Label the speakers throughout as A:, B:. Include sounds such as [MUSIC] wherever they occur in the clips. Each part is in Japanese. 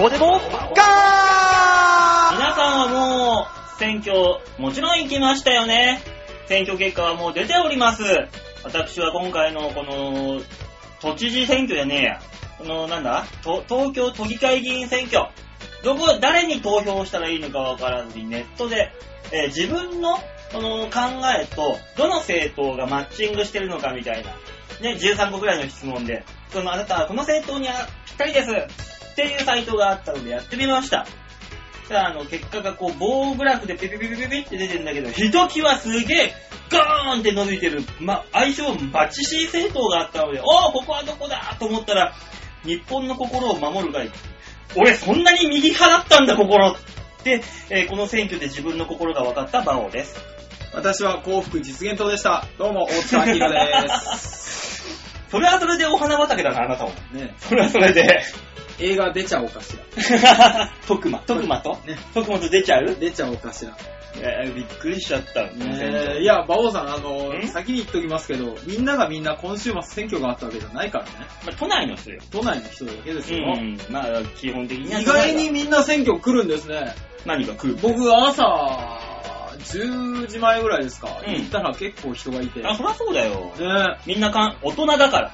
A: オデモッカー
B: 皆さんはもう、選挙、もちろん行きましたよね。選挙結果はもう出ております。私は今回のこの、都知事選挙じゃねえや。この、なんだと東京都議会議員選挙。どこ、誰に投票したらいいのかわからずにネットで、えー自分の、この考えと、どの政党がマッチングしてるのかみたいな。ね、13個くらいの質問で、そのあなたはこの政党にあぴったりですっていうサイトがあったのでやってみました。さあ、あの、結果がこう、棒グラフでピピピピピピって出てんだけど、ひときわすげえ、ガーンって伸びてる、ま、相性バチシー政党があったので、おお、ここはどこだと思ったら、日本の心を守る会。俺、そんなに右派だったんだ、心って、えーこの選挙で自分の心が分かった馬王です。
A: 私は幸福実現党でした。どうも、大塚明です。
B: それはそれでお花畑だな、あなたも。
A: [LAUGHS] ね、
B: それはそれで。 [LAUGHS]
A: 映画出ちゃおうかし
B: 徳馬、徳馬と
A: ね
B: 徳馬と出ちゃ
A: ら。
B: う
A: 出ちゃおうかしら。
B: えーびっくりしちゃった。
A: ねいや、馬王さん、あの、
B: ん
A: 先に言っときますけど、みんながみんな今週末選挙があったわけじゃないからね。
B: まあ、都内の人よ。
A: 都内の人だけです
B: う
A: よ。
B: ん、まあ、基本的には
A: 意外にみんな選挙来るんですね。
B: 何か食う。
A: 僕、朝、10時前ぐらいですか、
B: うん
A: 行ったら結構人がいて。
B: あ、そりゃそうだよ。
A: ね
B: みんなかん、大人だから。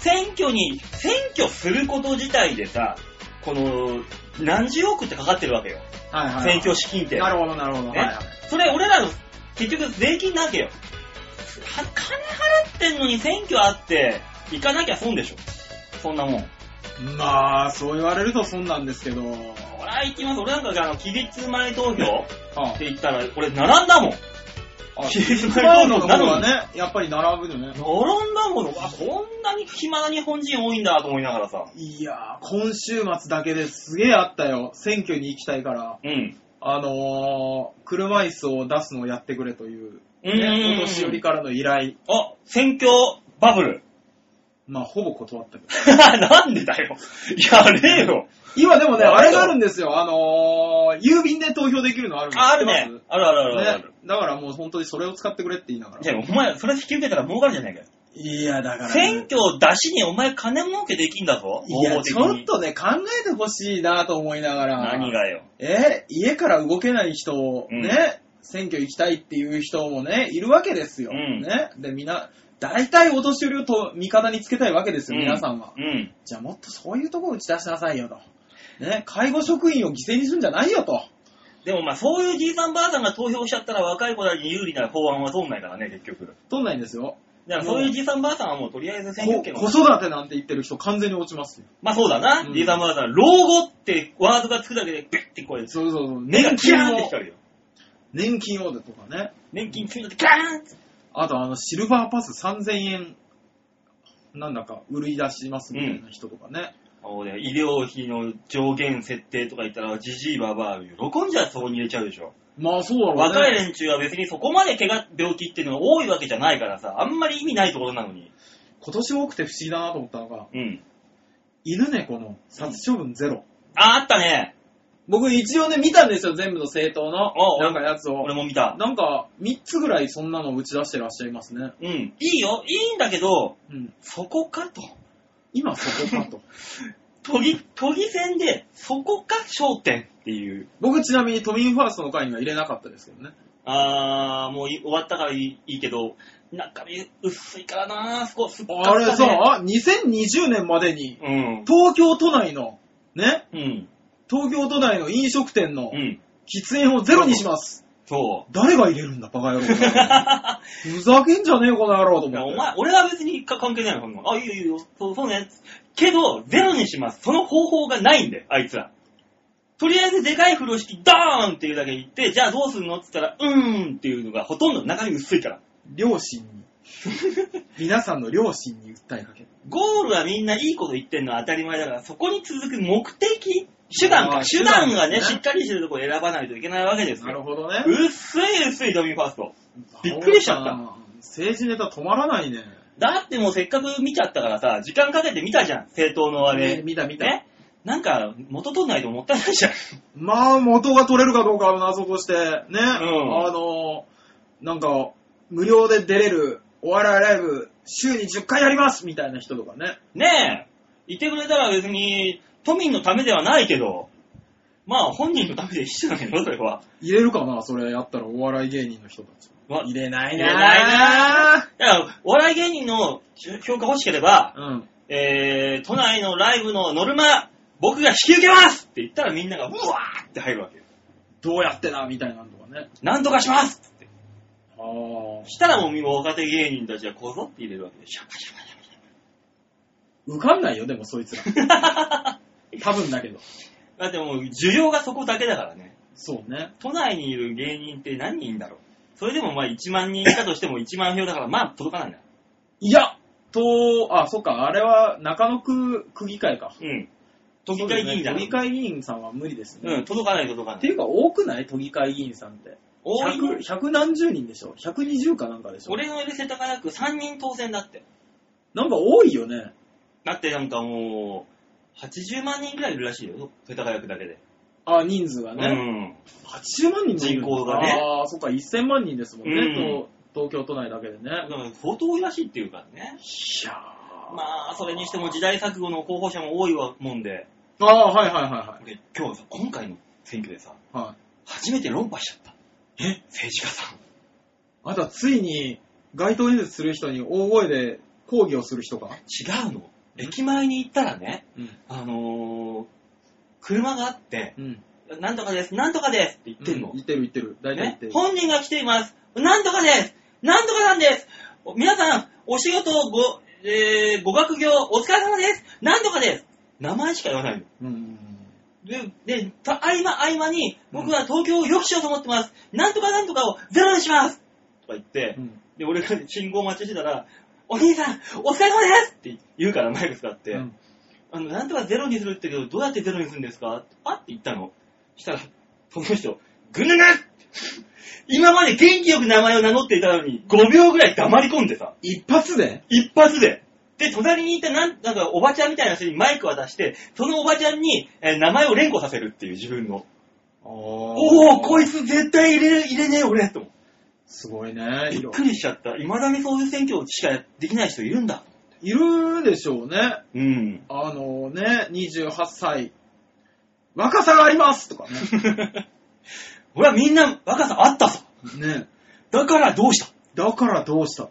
B: 選挙に、選挙すること自体でさ、この、何十億ってかかってるわけよ。
A: はいはいはい。
B: 選挙資金って。
A: なるほど、なるほど。はい
B: ね
A: はい。
B: それ、俺らの、結局税金なわけよ。は金払ってんのに選挙あって、行かなきゃ損でしょ。そんなもん。
A: まあ、そう言われると損なんですけど。
B: 俺は行きます。俺なんか、あの、期日前投票
A: あ
B: って言ったら、俺並んだもん。
A: あ
B: 期日
A: 前
B: 前
A: の
B: 投票
A: 方
B: なの
A: が
B: に。
A: ね、やっぱり並ぶよね。
B: 並んだもの、あ、こんなに暇な日本人多いんだと思いながらさ。
A: いやー、今週末だけですげえあったよ。選挙に行きたいから。
B: うん。
A: あのー、車椅子を出すのをやってくれという、
B: うー
A: ね、
B: ん
A: お年寄りからの依頼。
B: あ、選挙バブル。 [LAUGHS]
A: まあ、ほぼ断ったけど。
B: なんでだよ。やれよ。
A: 今でもね、
B: あ
A: あれがあるんですよ。あのー、郵便で投票できるのあるんです
B: あるね
A: 知って。
B: あるあるあ
A: ま
B: る
A: す
B: ある。
A: ね。だからもう本当にそれを使ってくれって言いなが
B: じゃ
A: ら。
B: あ、お前、それ引き受けたら儲かるじゃないかよ。
A: いや、だか
B: 選挙を出しにお前金儲けできんだぞ。
A: いや、ちょっ
B: に。
A: とね、考えてほしいなと思いながら。
B: 何がよ。
A: え、家から動けない人を
B: うん
A: ね、選挙行きたいっていう人もね、いるわけですよ。
B: うん
A: ね。で、みんな、大体お年寄りをと味方につけたいわけですよ、
B: う
A: 皆さんは。
B: うん。
A: じゃあもっとそういうとこ打ち出しなさいよと。ね、介護職員を犠牲にするんじゃないよと。
B: でもまあ、そういうじいさんばあさんが投票しちゃったら若い子たちに有利な法案は通んないからね、結局。
A: 取んないんですよ。
B: だからそういうじいさんばあさんはもうとりあえず選挙
A: こ
B: 権を
A: 子育てなんて言ってる人完全に落ちますよ。
B: まあそうだな。
A: うん
B: じいさんばあさん、老後ってワードがつくだけで、ビュッてこれ、
A: そうそうそう。
B: 目が
A: 年
B: キラーン
A: 金
B: って
A: を、
B: 光るよ。
A: 年金をでとかね。
B: 年金ついてキラーンって。
A: あとあの、シルバーパス3000円、なんだか売り出しますみたいな人とかね。
B: そうだよ医療費の上限設定とか言ったら、じじいばばあ、喜んじゃそこに入れちゃうでしょ。
A: まあそうだろうね。
B: 若い連中は別にそこまで怪我、病気っていうのが多いわけじゃないからさ、あんまり意味ないところなのに。
A: 今年多くて不思議だなと思ったのが、
B: うん。
A: 犬猫の殺処分ゼロ。
B: あ、あったね。
A: 僕一応ね、見たんですよ、全部の政党の
B: あ、
A: なんかやつを
B: 俺。も見た。
A: なんか、3つぐらいそんなの打ち出してらっしゃいますね。
B: うん。いいよ。いいんだけど、
A: うん。
B: そこかと。
A: 今そこかと。 [LAUGHS]
B: 都議、都議選で、そこか焦点っていう。
A: 僕ちなみに都民ファーストの会には入れなかったですけどね。
B: あー、もうい終わったからいいいいけど、中身薄いからなー、そこ、すっか
A: あれ
B: すかね
A: さ、2020年までに、
B: うん。
A: 東京都内の、ね、
B: うん。
A: 東京都内の飲食店の
B: うん。
A: 喫煙をゼロにします。
B: そう。
A: 誰が入れるんだ、バカ [LAUGHS] 野郎。ふざけんじゃねえよ、この野郎と
B: いや、お
A: 思って。
B: 前、俺は別にか関係ないの、そんなの。あ、いいよいいよ、そう、そうね。けど、ゼロにします。その方法がないんだよ、あいつら。とりあえずでかい風呂敷、ドーンっていうだけ言って、じゃあどうするのって言ったら、うーんっていうのがほとんど中身薄いから。
A: 両 [LAUGHS] 親に。皆さんの両親に訴えかける。
B: ゴールはみんないいこと言ってんのは当たり前だから、そこに続く目的手段
A: あ
B: か。
A: ー
B: 手段が
A: 手段ね
B: ね、しっかりしてるとこ選ばないといけないわけです
A: なる
B: よ。
A: ほどね。
B: 薄い薄いドミファースト。びっくりしちゃった
A: 政治ネタ止まらないね。
B: だってもうせっかく見ちゃったからさ、時間かけて見たじゃん、政党のあれ。
A: ね見た見た。
B: ねなんか、元取んないともったいないじゃん。 [LAUGHS]
A: まあ、元が取れるかどうかは謎として、ね。あの、なんか、無料で出れるお笑いライブ、週に10回やりますみたいな人とかね。
B: ねえ、いてくれたら別に、都民のためではないけど、まあ本人のためで一緒だけど、それは。
A: 入れるかなそれやったらお笑い芸人の人たち。
B: わ
A: 入れない
B: 入れないだから、お笑い芸人の評価欲しければ、
A: なうん。
B: えー、都内のライブのノルマ、僕が引き受けますって言ったらみんなが、うわーって入るわけよ。
A: どうやってなみたいなのとかね。
B: なんとかしますって。
A: ああ。
B: したらもうみんな若手芸人たちはこぞって入れるわけでしょ。
A: 受かんないよ、でもそいつら。
B: [LAUGHS]
A: 多分だけど。
B: だってもう需要がそこだけだからね。
A: そうね。
B: 都内にいる芸人って何人いんだろう。それでもまあ1万人いたとしても1万票だからまあ届かないんだ。
A: いや、と、あ、そっか、あれは中野区区議会か。
B: うん。都議会議員だ
A: そ
B: ろ
A: うですね都議会議員さんは無理ですね。
B: うん、届かない届か
A: っ
B: な
A: て
B: い。
A: いうか、多くない都議会議員さんって。
B: 多い
A: 100 100何十人でしょ ?120 かなんかでしょ
B: 俺のいる世田谷区3人当選だって。
A: なんか多いよね。
B: だってなんかもう、80万人くらいいるらしいよ、世田谷区だけで。
A: あ、人数が
B: う
A: ね。
B: ん。
A: 80万人もいる
B: 人口がね
A: ああ、そっか、1000万人ですもんね、
B: うん
A: と東京都内だけでね。
B: だから相当多いらしいっていうからね。
A: いやー
B: まあ、それにしても時代錯誤の候補者も多いわもんで、
A: ああ、はいはいは
B: 俺今日さ、今回の選挙でさ、
A: いはい。はい、
B: 初めて論破しちゃった。え政治家さん。
A: あとはついに、街頭演説する人に大声で抗議をする人か。
B: 違うの駅前に行ったらね、
A: うん。
B: あのー、車があって、
A: うん。
B: なんとかです、なんとかですって言ってんの。
A: 言ってる言ってる。大体言っ
B: ね
A: て、る。
B: 本人が来ています。なんとかですなんとかなんです皆さん、お仕事ご、えー、ご学業、お疲れ様ですなんとかです名前しか言わないの。
A: うん。
B: で、で、た合間合間に、僕は東京を良くしようと思ってます、なんとかなんとかをゼロにしますとか言って
A: う、ん。
B: で、俺が信号待ちしてたら、お兄さん、お疲れ様ですって言うからマイク使って、
A: うん
B: あの、なんとかゼロにするって言うけど、どうやってゼロにするんですかパって言ったの。したら、その人、ぐぬぬ今まで元気よく名前を名乗っていたのに、5秒ぐらい黙り込んでさ、
A: 一発で
B: 一発で。で、隣にいたなん、なんかおばちゃんみたいな人にマイク渡して、そのおばちゃんに、えー名前を連呼させるっていう自分の。お
A: お
B: おこい
A: つ
B: つ絶対入れる、入れねえ俺と思って。
A: すごいね。い
B: びっ
A: ろ
B: くりしちゃった。未だにそういう選挙しかできない人いるんだ。
A: いるでしょうね。
B: うん。
A: あのね、28歳。若さがありますとか [LAUGHS] ね。
B: [LAUGHS] 俺はみんな若さあったさ。
A: ね。
B: だからどうした
A: だからどうした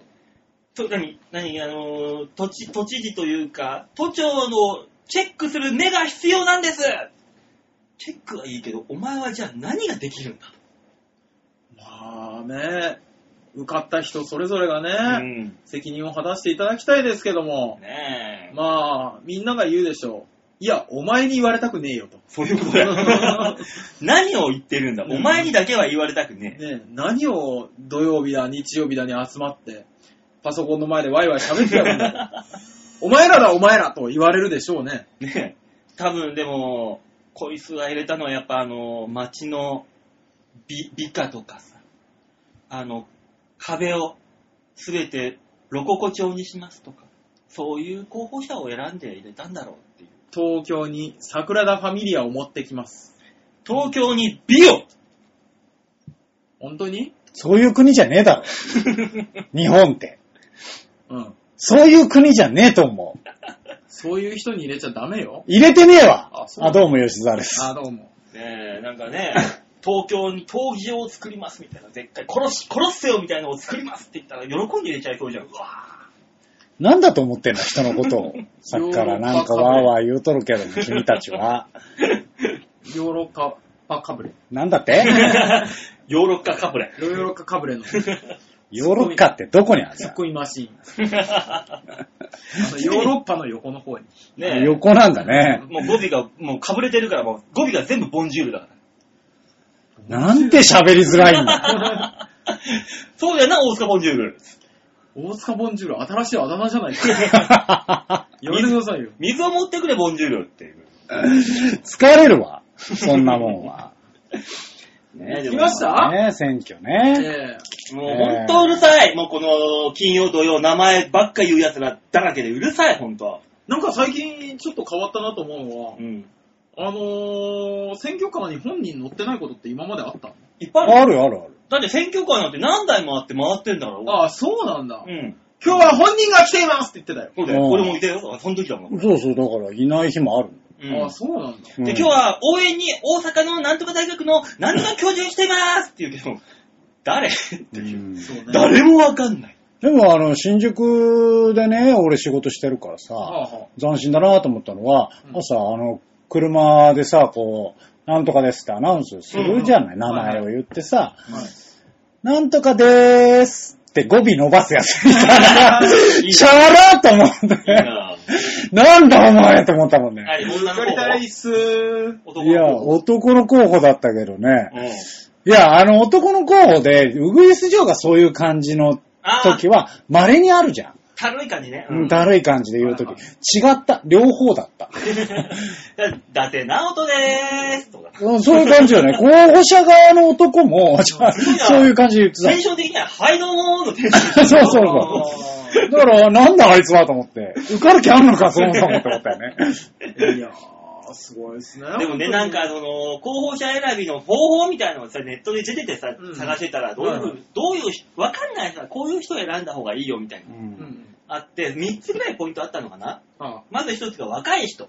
A: と。
B: と、何、何、あのー、都知、都知事というか、都庁のチェックする目が必要なんですチェックはいいけど、お前はじゃあ何ができるんだ
A: まあね、受かった人それぞれが
B: と。
A: ね、
B: ん。
A: 責任を果たしていただきたいですけども、
B: ねえ。
A: まあ、みんなが言うでしょう。いや、お前に言われたくねえよと。
B: そういうことだよ。 [LAUGHS] 何を言ってるんだ、
A: うん
B: お前にだけは言われたくねえ。
A: ね、何を土曜日だ、日曜日だに集まって、パソコンの前でワイワイ喋ってやるん [LAUGHS] だよ。お前らだ、お前らと言われるでしょうね。
B: ねえ。多分でも、こいつが入れたのはやっぱあの、街の美美化とかさ、あの、壁をすべてロココ調にしますとか、そういう候補者を選んで入れたんだろうっていう。
A: 東京に桜田ファミリアを持ってきます。
B: 東京に美を
A: 本当に
C: そういう国じゃねえだろ。 [LAUGHS] 日本って。
A: うん。
C: そういう国じゃねえと思う。
A: そういう人に入れちゃダメよ。
C: 入れてねえわ。
A: あ
C: あ
A: そう
C: どうも吉沢です。
A: あ、どうも。
B: ねえ、なんかね、 [LAUGHS] 東京に闘技場を作りますみたいな、絶対殺し、殺せよみたいなのを作りますって言ったら喜んで入れちゃいそうじゃん。うわ
C: なんだと思ってんの人のことを。さっきからなんかわーわー言うとるけど、君たちは。
A: ヨーロッパかぶれ。
C: なんだって
B: ーヨーロッパカプ
A: [LAUGHS]
B: レ。
A: ヨーロッパかぶれのツ
C: ヨーロッパってどこにある
A: ッ
C: さ
A: コミマシーン。あの [LAUGHS] ヨーロッパの横の方に。
B: ねえ、
C: 横なんだね。
B: もう語尾が、もうかぶれてるから、もう語尾が全部ボンジュールだから。
C: なんて喋りづらいんだ。
B: [LAUGHS] そうだよな、大塚ボンジュール。
A: 大塚ボンジュール、新しいあだ名じゃない [LAUGHS] ですか。やめてくださいよ。
B: 水を持ってくれ、ボンジュールっていう。
C: 疲れるわ。そんなもんは。
B: ね
A: 来ました
C: ね選挙ね。
A: ええ
B: もう本当うるさい。もうこの金曜土曜名前ばっか言う奴らだらけでうるさい、本当
A: なんか最近ちょっと変わったなと思うのは
B: う、ん。
A: あのー、選挙カーに本人乗ってないことって今まであったの
B: いっぱいあるよ
C: あるあるある。
B: だって選挙カーなんて何台もあって回ってんだから。
A: ああ、そうなんだ。
B: うん。
A: 今日は本人が来ていますって言ってたよ。
B: そうだよ。
C: うん
B: 俺もいたよ。その時だもん。
C: そうそう、だからいない日もある。
B: うん
A: ああ、そうなんだ。
C: うん
B: で、今日は応援に大阪のなんとか大学のなんとか教授をしてますって言うけど、誰
C: [LAUGHS]
B: っていう。
C: うん
A: そうね。
B: 誰もわかん [LAUGHS] ない。
C: でも、あの、新宿でね、俺仕事してるからさ、
A: はあは
C: 斬新だなと思ったのは、
A: うん
C: 朝、あの、車でさ、こう、なんとかですってアナウンスするじゃない、
A: うん
C: 名前を言ってさ、
A: あはい
C: なんとかでーすって語尾伸ばすやつみたいな。
B: [LAUGHS] いい
C: シャラーと思っ
B: いい
C: て、
B: な
C: なんだお前と思ったもんね。
B: はい、女の
A: 受かり
B: 子
A: たいっすー。
B: 男
C: いや、
B: の子。
C: 男の候補だったけどね。
B: うん
C: いや、あの男の候補で、ウグイス嬢がそういう感じの
B: あー
C: 時は、稀にあるじゃん。
B: たるい感じね。
C: うん
B: だ
C: だるい感じで言うとき。
B: は
C: 違
B: いは
C: った。両方だった。
B: [LAUGHS] だてなおとでーすとか。
C: うんそういう感じ
A: [LAUGHS]
C: よね。候補者側の男も、じゃあ
B: いいな
C: そういう感じで言
B: テン
C: って
B: ション的には、はいどうもーのテンショ
C: た。
B: ン。
C: [LAUGHS] そうそう
A: ああ
C: そう。だから、なんだあいつはと思って。受かる気あんのか、そもそもって思ったよね。
A: いやー、すごいですね。
B: [LAUGHS] でもね、なんか、その、候補者選びの方法みたいなのをさ、ネットで出ててさ、
A: うん
B: 探してたら、どういうふう、
A: う
B: どういう人、わかんない人はこういう人を選んだ方がいいよみたいな。
A: うんうん。
B: あって、3つぐらいポイントあったのかな
A: あ
B: まず1つが若い人っ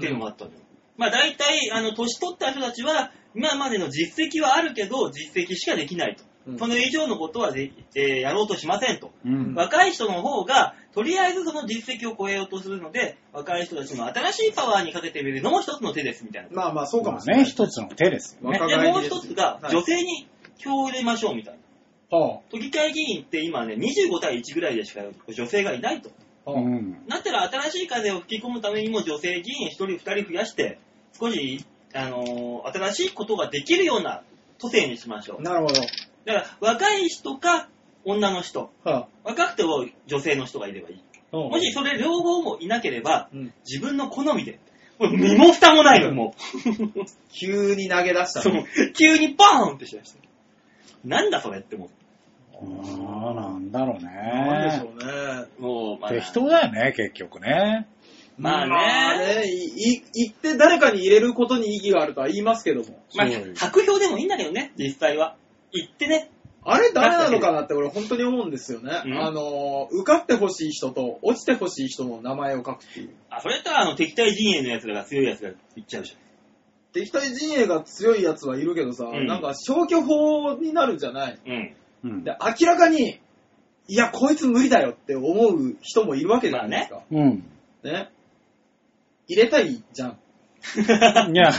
B: ていうのがあったのよ。まあ大体、あの、年取った人たちは、今までの実績はあるけど、実績しかできないと。
A: うん
B: その以上のことはで、えーやろうとしませんと。
C: うん
B: 若い人の方が、とりあえずその実績を超えようとするので、若い人たちの新しいパワーにかけてみるのも一つの手です、みたいな。
A: まあまあ、そうかもしれな
C: ね、
A: い。
C: 一つの手ですよ。
A: 若
B: ね、で、
A: 返
B: もう
A: りで
B: 一
A: す
B: つが、
A: はい
B: 女性に票を入れましょう、みたいな。
A: は
B: 都議会議員って今ね、25対1ぐらいでしか女性がいないと。
A: あ、
C: う
A: はあ、
C: ん。
B: なったら新しい風を吹き込むためにも女性議員1人2人増やして、少し、あのー新しいことができるような都政にしましょう。
A: なるほど。
B: だから、若い人か女の人、
A: は
B: 若くても女性の人がいればいい。
A: あ、うん
B: もしそれ両方もいなければ、
A: うん
B: 自分の好みで、もう身も蓋もないの、も
A: 急に投げ出し
B: う。
A: た
B: [LAUGHS] そ
A: ね。
B: う急にバーンってしました。なんだそれって思う。
C: ああ、なんだろう
A: なんでし
C: ね。
A: ょうね。
B: もう、まあ、
C: 適当だよね、結局ね。
B: まあね
A: いい言って誰かに入れることに意義があるとは言いますけども。
B: まあ
C: そうよ、
B: 白票でもいいんだけどね、実際は。行ってね。
A: あれ誰なのかなって俺本当に思うんですよね。
B: うん
A: あの、受かってほしい人と落ちてほしい人の名前を書くっていう。
B: あ、それとあの、敵対陣営のやつらが強いやつが行っちゃうじゃん。
A: 敵対陣営が強いやつはいるけどさ、
B: うん
A: なんか消去法になるんじゃない
B: うん。
C: うん
A: で、明らかに、いや、こいつ無理だよって思う人もいるわけじゃないですか。
C: うん。
A: ね。入れたいじゃん。
B: [LAUGHS]
C: いや、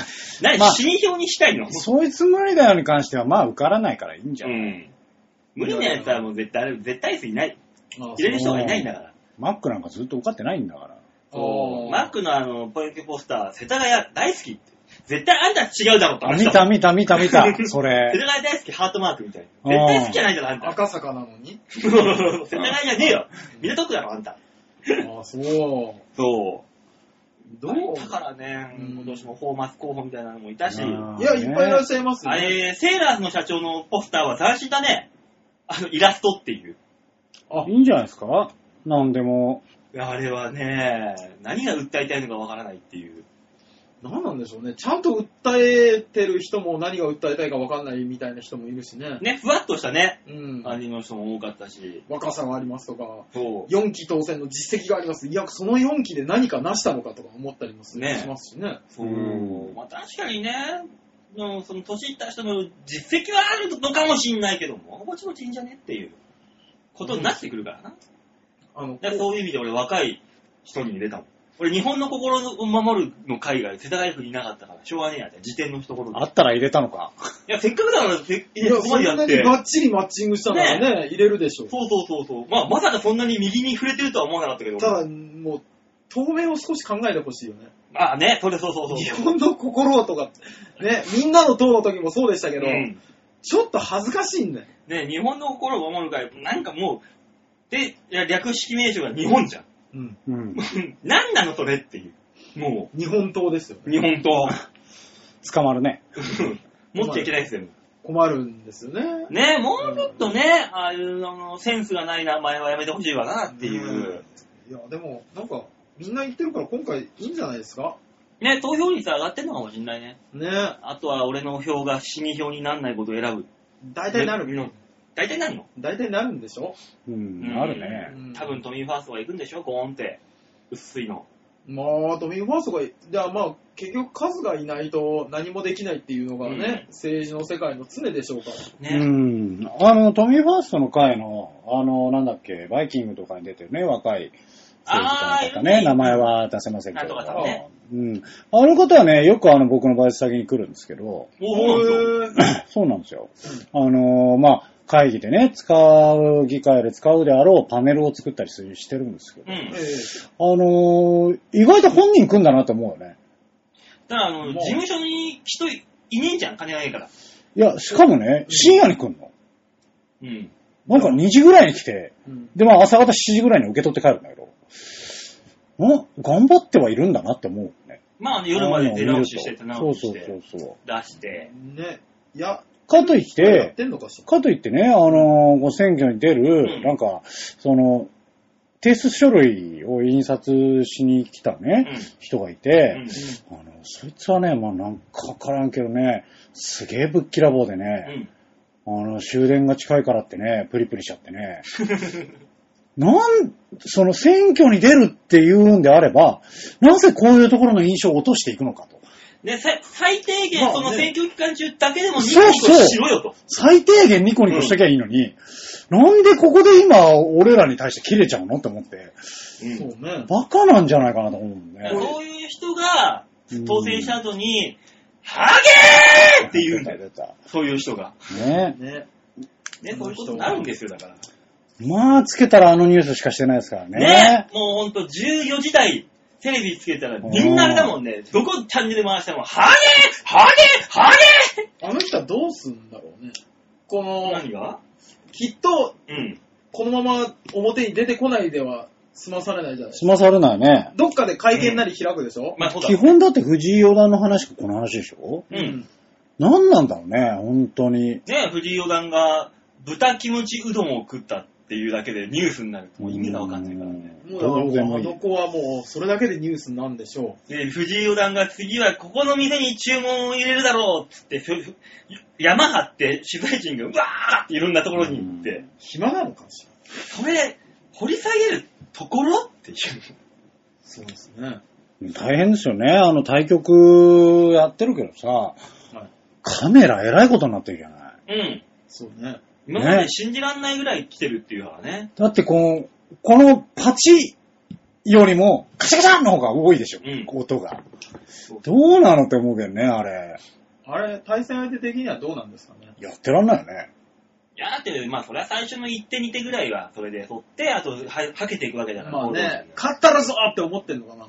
B: 何、
C: まあ
B: 新票にしたいの
C: そういうつもりだよに関しては、まあ受からないからいいんじゃ。
B: うんん。無理なやつはもう絶対、あれ絶対数いない。
A: あ
B: 入れる人がいないんだから。
C: マックなんかずっと受かってないんだから。
B: そう。
A: ー
B: マックのあの、ポイントポスター、世田谷大好きって。絶対あんた違うだろうと。あ
C: あ
B: の人
C: 見た見た見た見た、そ
B: 世
C: れ。
B: 田谷大好きハートマークみたい
C: あー
B: な。絶対好きじゃないだろ、あんた。
A: 赤坂なのに
B: [LAUGHS] 世田谷じゃねえよ。港区だろ、あんた。
A: ああ、そう。
B: そう。
A: どう
B: だからね、
A: うん
B: 今年もフォーマス候補みたいなのもいたし、
C: うん
A: いや、いっぱいいらっしゃいます
B: あ
A: ね。
B: れ、セーラーズの社長のポスターは斬新だね。あの、イラストっていう。
A: あ
C: いいんじゃないですかなんでも。
B: あれはね、何が訴えたいのかわからないっていう。
A: 何なんでしょうね。ちゃんと訴えてる人も何が訴えたいか分かんないみたいな人もいるしね。
B: ね、ふわっとしたね、
A: うん。
B: 感じの人も多かったし。
A: 若さがありますとか、
B: そ
A: 4期当選の実績があります。いや、その4期で何か成したのかとか思ったりもす
B: ね
A: しますしね。
B: う。そう
C: うん
B: まあ確かにね、うんその年いった人の実績はあるのかもしんないけども、ぼちぼちいいんじゃねっていうことになってくるからな。
A: あの、
B: だからそういう意味で俺若い人に入れたもん。俺日本の心を守るの海外、世田谷区にいなかったから、しょうがねえやって、辞典の一言で。
C: あったら入れたのか。
B: いや、せっかくだから、せ
A: いや、
B: ここ
A: そ
B: ま
A: ん
B: でや
A: な
B: っ
A: に
B: て。
A: バッチリマッチングしたならね、入れるでしょう。
B: そうそうそうそう。まあ、まさかそんなに右に触れてるとは思わなかったけど。
A: ただ、もう、当面を少し考えてほしいよね。
B: まあね、それそうそうそう。
A: 日本の心をとか、ね、みんなの党の時もそうでしたけど、
B: うん
A: ちょっと恥ずかしいんだよ。
B: ね、日本の心を守る会、なんかもう、で、いや略式名称が日本じ [LAUGHS] ゃん。
A: うん。
C: うん。
B: 何なのそれっていう。も
A: 日本党ですよね。
B: う、日本刀。
C: 捕まるね。
B: [LAUGHS] 持っちゃいけないですよ。
A: 困るんですよね。
B: ねもうちょっとね、ああいうあのセンスがない名前はやめてほしいわなっていう。
A: いや、でも、なんか、みんな言ってるから今回いいんじゃないですか
B: ね、投票率上がってんのかもしんないね。
A: ね
B: あとは俺の票が死に票になんないことを選ぶ。
A: 大体なる。
B: ね大体なんの
A: 大体なるんでしょ
C: う
B: うん
C: ん、あるね。
A: うん
B: 多分トミーファーストが行くんでしょゴーンって。薄いの。
A: うまあ、都民ファーストが、じゃあまあ、結局数がいないと何もできないっていうのがね、
B: うん
A: 政治の世界の常でしょうから。
B: ね。
C: うん。あの、トミーファーストの会の、あの、なんだっけ、バイキングとかに出てるね、若い政治家の方
B: あーいる
C: ね、
B: ね
C: 名前は出せませんけど。
B: なんとかさんね
C: うん。あの方はね、よくあの、僕のバイト先に来るんですけど、
B: おー
C: そうなんですよ。あのーまあ、会議でね、使う、議会で使うであろうパネルを作ったりするしてるんですけど、
B: う
C: あ
B: ん。
A: え
B: だか
C: のー意外と本人来んだなと思うよね。
B: ら、あの、
A: もう
B: 事務所に人いいねえじゃん、金ないから。
C: いや、しかもね、深夜に来んの。
B: うん。
C: なんか2時ぐらいに来て、
A: えうん
C: で、まあ朝方7時ぐらいに受け取って帰るんだけど、ん頑張ってはいるんだなって思うね。
B: まあ、夜まで出直ししてて、
C: そ
B: 直
C: う
B: し
C: そう
B: して、
C: そうそう。
B: 出して。
A: ね、いや、
C: かといっ、
A: やっててんのかしら。
C: かといってね、あのー、ご選挙に出る、
B: うん
C: なんか、その、提出書類を印刷しに来た
B: う
C: ね、
B: ん。
C: 人がいうて、
B: ん。
C: あの、そいつはね、まあなんかわからんけどね、すげえぶっきらぼうで
B: う
C: ね、
B: ん。
C: あの、終電が近いからってね、プリプリしちゃってね。 [LAUGHS] なん、その選挙に出るっていうんであれば、なぜこういうところの印象を落としていくのかと。
B: ね、さ最低
A: ま
B: 限、
A: あ
B: その
A: ね
B: 選挙期間中だけでもニコ
C: そう
B: ニコ
C: そう
B: しろよと。
C: 最低限ニコニコしときゃいいのに、なんでここで今、俺らに対して切れちゃうのって思って、
B: うん
A: そうね。
C: バカなんじゃないかなと思うんだよね。
B: そういう人が
C: うん、
B: 当選した後に、ハゲーって言うんだよ。
C: 出た。
B: そういう人が。
C: 出たね
A: ね。
B: ね、そういうことになるんですよ、だから。
C: まあ、つけたらあのニュースしかしてないですから
B: ねもうほんと14時台、テレビつけたらみんなあれだもんね。どこチャンネル回しても、ハゲーハゲーハゲー
A: あの人はどうすんだろうね。この、
B: 何が
A: きっと、
B: うん。
A: このまま表に出てこないでは済まされないじゃないです
C: 済
A: か。
C: まされないね。
A: どっかで会見なり開くでしょ、
B: まあそうだ。
C: 基本だって藤井四段の話かこの話でしょ
B: うんうん。
C: 何なんだろうね、本当に。
B: ね、藤井四段が豚キムチうどんを食ったっていうだけでニュースになるともう意味がわかんないからね。
C: う
A: も
C: ん
A: う
C: どう
A: だ
C: で
A: から
C: も
A: あ
C: い
A: の
C: い。
A: 子はもう、それだけでニュースなんでしょ
B: で、藤井四段が次はここの店に注文を入れるだろうっつって、ふふ山張って取材陣がうわーっていろんなところに行っ
C: う
B: て
A: う。、暇なのかしら。
B: それ、掘り下げるところっていう。
A: そうですね。
C: 大変ですよね。あの対局やってるけどさ、
A: はい。
C: カメラ偉いことになってるじゃない。
B: うん。
A: そうね。
B: 今まで
C: ね
B: 信じらんないぐらい来てるっていうからね。
C: だってこの、このパチよりも、カシャカシャの方が多いでしょ、
B: うん
C: 音が
B: そう。
C: どうなのって思うけどね、あれ。
A: あれ、対戦相手的にはどうなんですかね。
C: やってらんないよね。
B: いやだって、まあそれは最初の1手2手ぐらいはそれで取って、あとははけていくわけだから。
A: まあ
B: 行動力
A: ね
B: が、
A: 勝ったらぞーって思ってんのかな。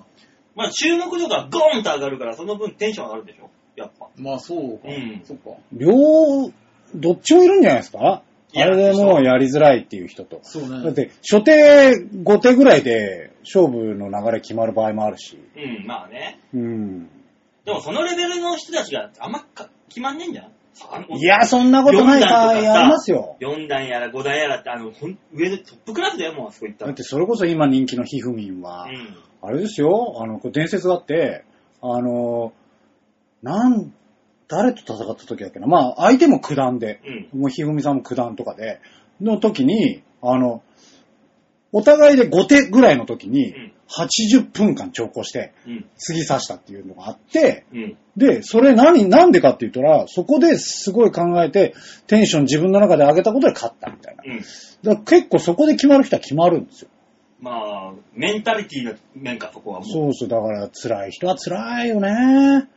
B: まあ注目度がゴーンと上がるから、その分テンション上がるでしょやっぱ。
A: まあそうか。
B: うん
A: そっか。
C: 両、どっちもいるんじゃないですか
B: い
C: あ
B: や
C: れでもうやりづらいっていう人と。
A: そう
C: だっ
A: ね。
C: て、初手、5手ぐらいで勝負の流れ決まる場合もあるし。
B: うん、まあね。
C: うん。
B: でもそのレベルの人たちがあんまか決まんねえんじゃん
C: い、や、そんなことないか、
B: 四段とかさ
C: やりますよ。
B: 4段やら5段やらって、あの、ほん上のトップクラスだよ、もうあそこ行った
C: だ
B: ら
C: っ。て、それこそ今人気のひふみんは、
B: うん。
C: あれですよ、あの、これ伝説があって、あの、なん、誰と戦った時だっけな。まあ、相手も九段で、
B: うん。
C: もうひふみさんも九段とかで、の時に、あの、お互いで5手ぐらいの時に
B: うん、
C: 80分間長考して、
B: うん。
C: 次刺したっていうのがあって、
B: うん。
C: で、それ何、なんでかって言ったら、そこですごい考えて、テンション自分の中で上げたことで勝ったみたいな。
B: うん。
C: だから結構そこで決まる人は決まるんですよ。
B: まあ、メンタリティの面か、そこはもう。
C: そうそう、だから辛い人は辛いよね。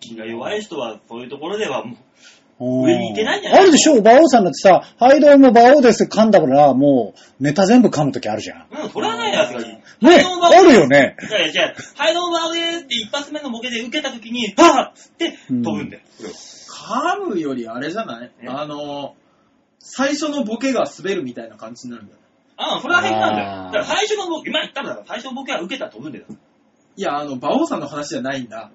B: 気が弱い人は、そういうところではも
C: うん
B: 上に行けないんじゃない
C: あるでしょ馬王さんだってさ、はいどうも馬王です噛んだから、もうネタ全部噛むときあるじゃん。ね
B: う、うん、取らないやつがいい。
C: え、
B: どうも
C: あるよね。
B: いやいや、じゃあ、はい、どうも、でーって一発目のボケで受けたときに、はぁっつって飛ぶんだよ。
A: 噛むよりあれじゃない
B: え
A: あの、最初のボケが滑るみたいな感じになるんだよ。
B: ああ、それは変なんだよ。
C: あ
B: だ
C: ー
B: から最初のボケ、今言ったらだから最初のボケは受けたら飛ぶんだよ。
A: いや、あの、馬王さんの話じゃないん
C: [LAUGHS]
A: だ。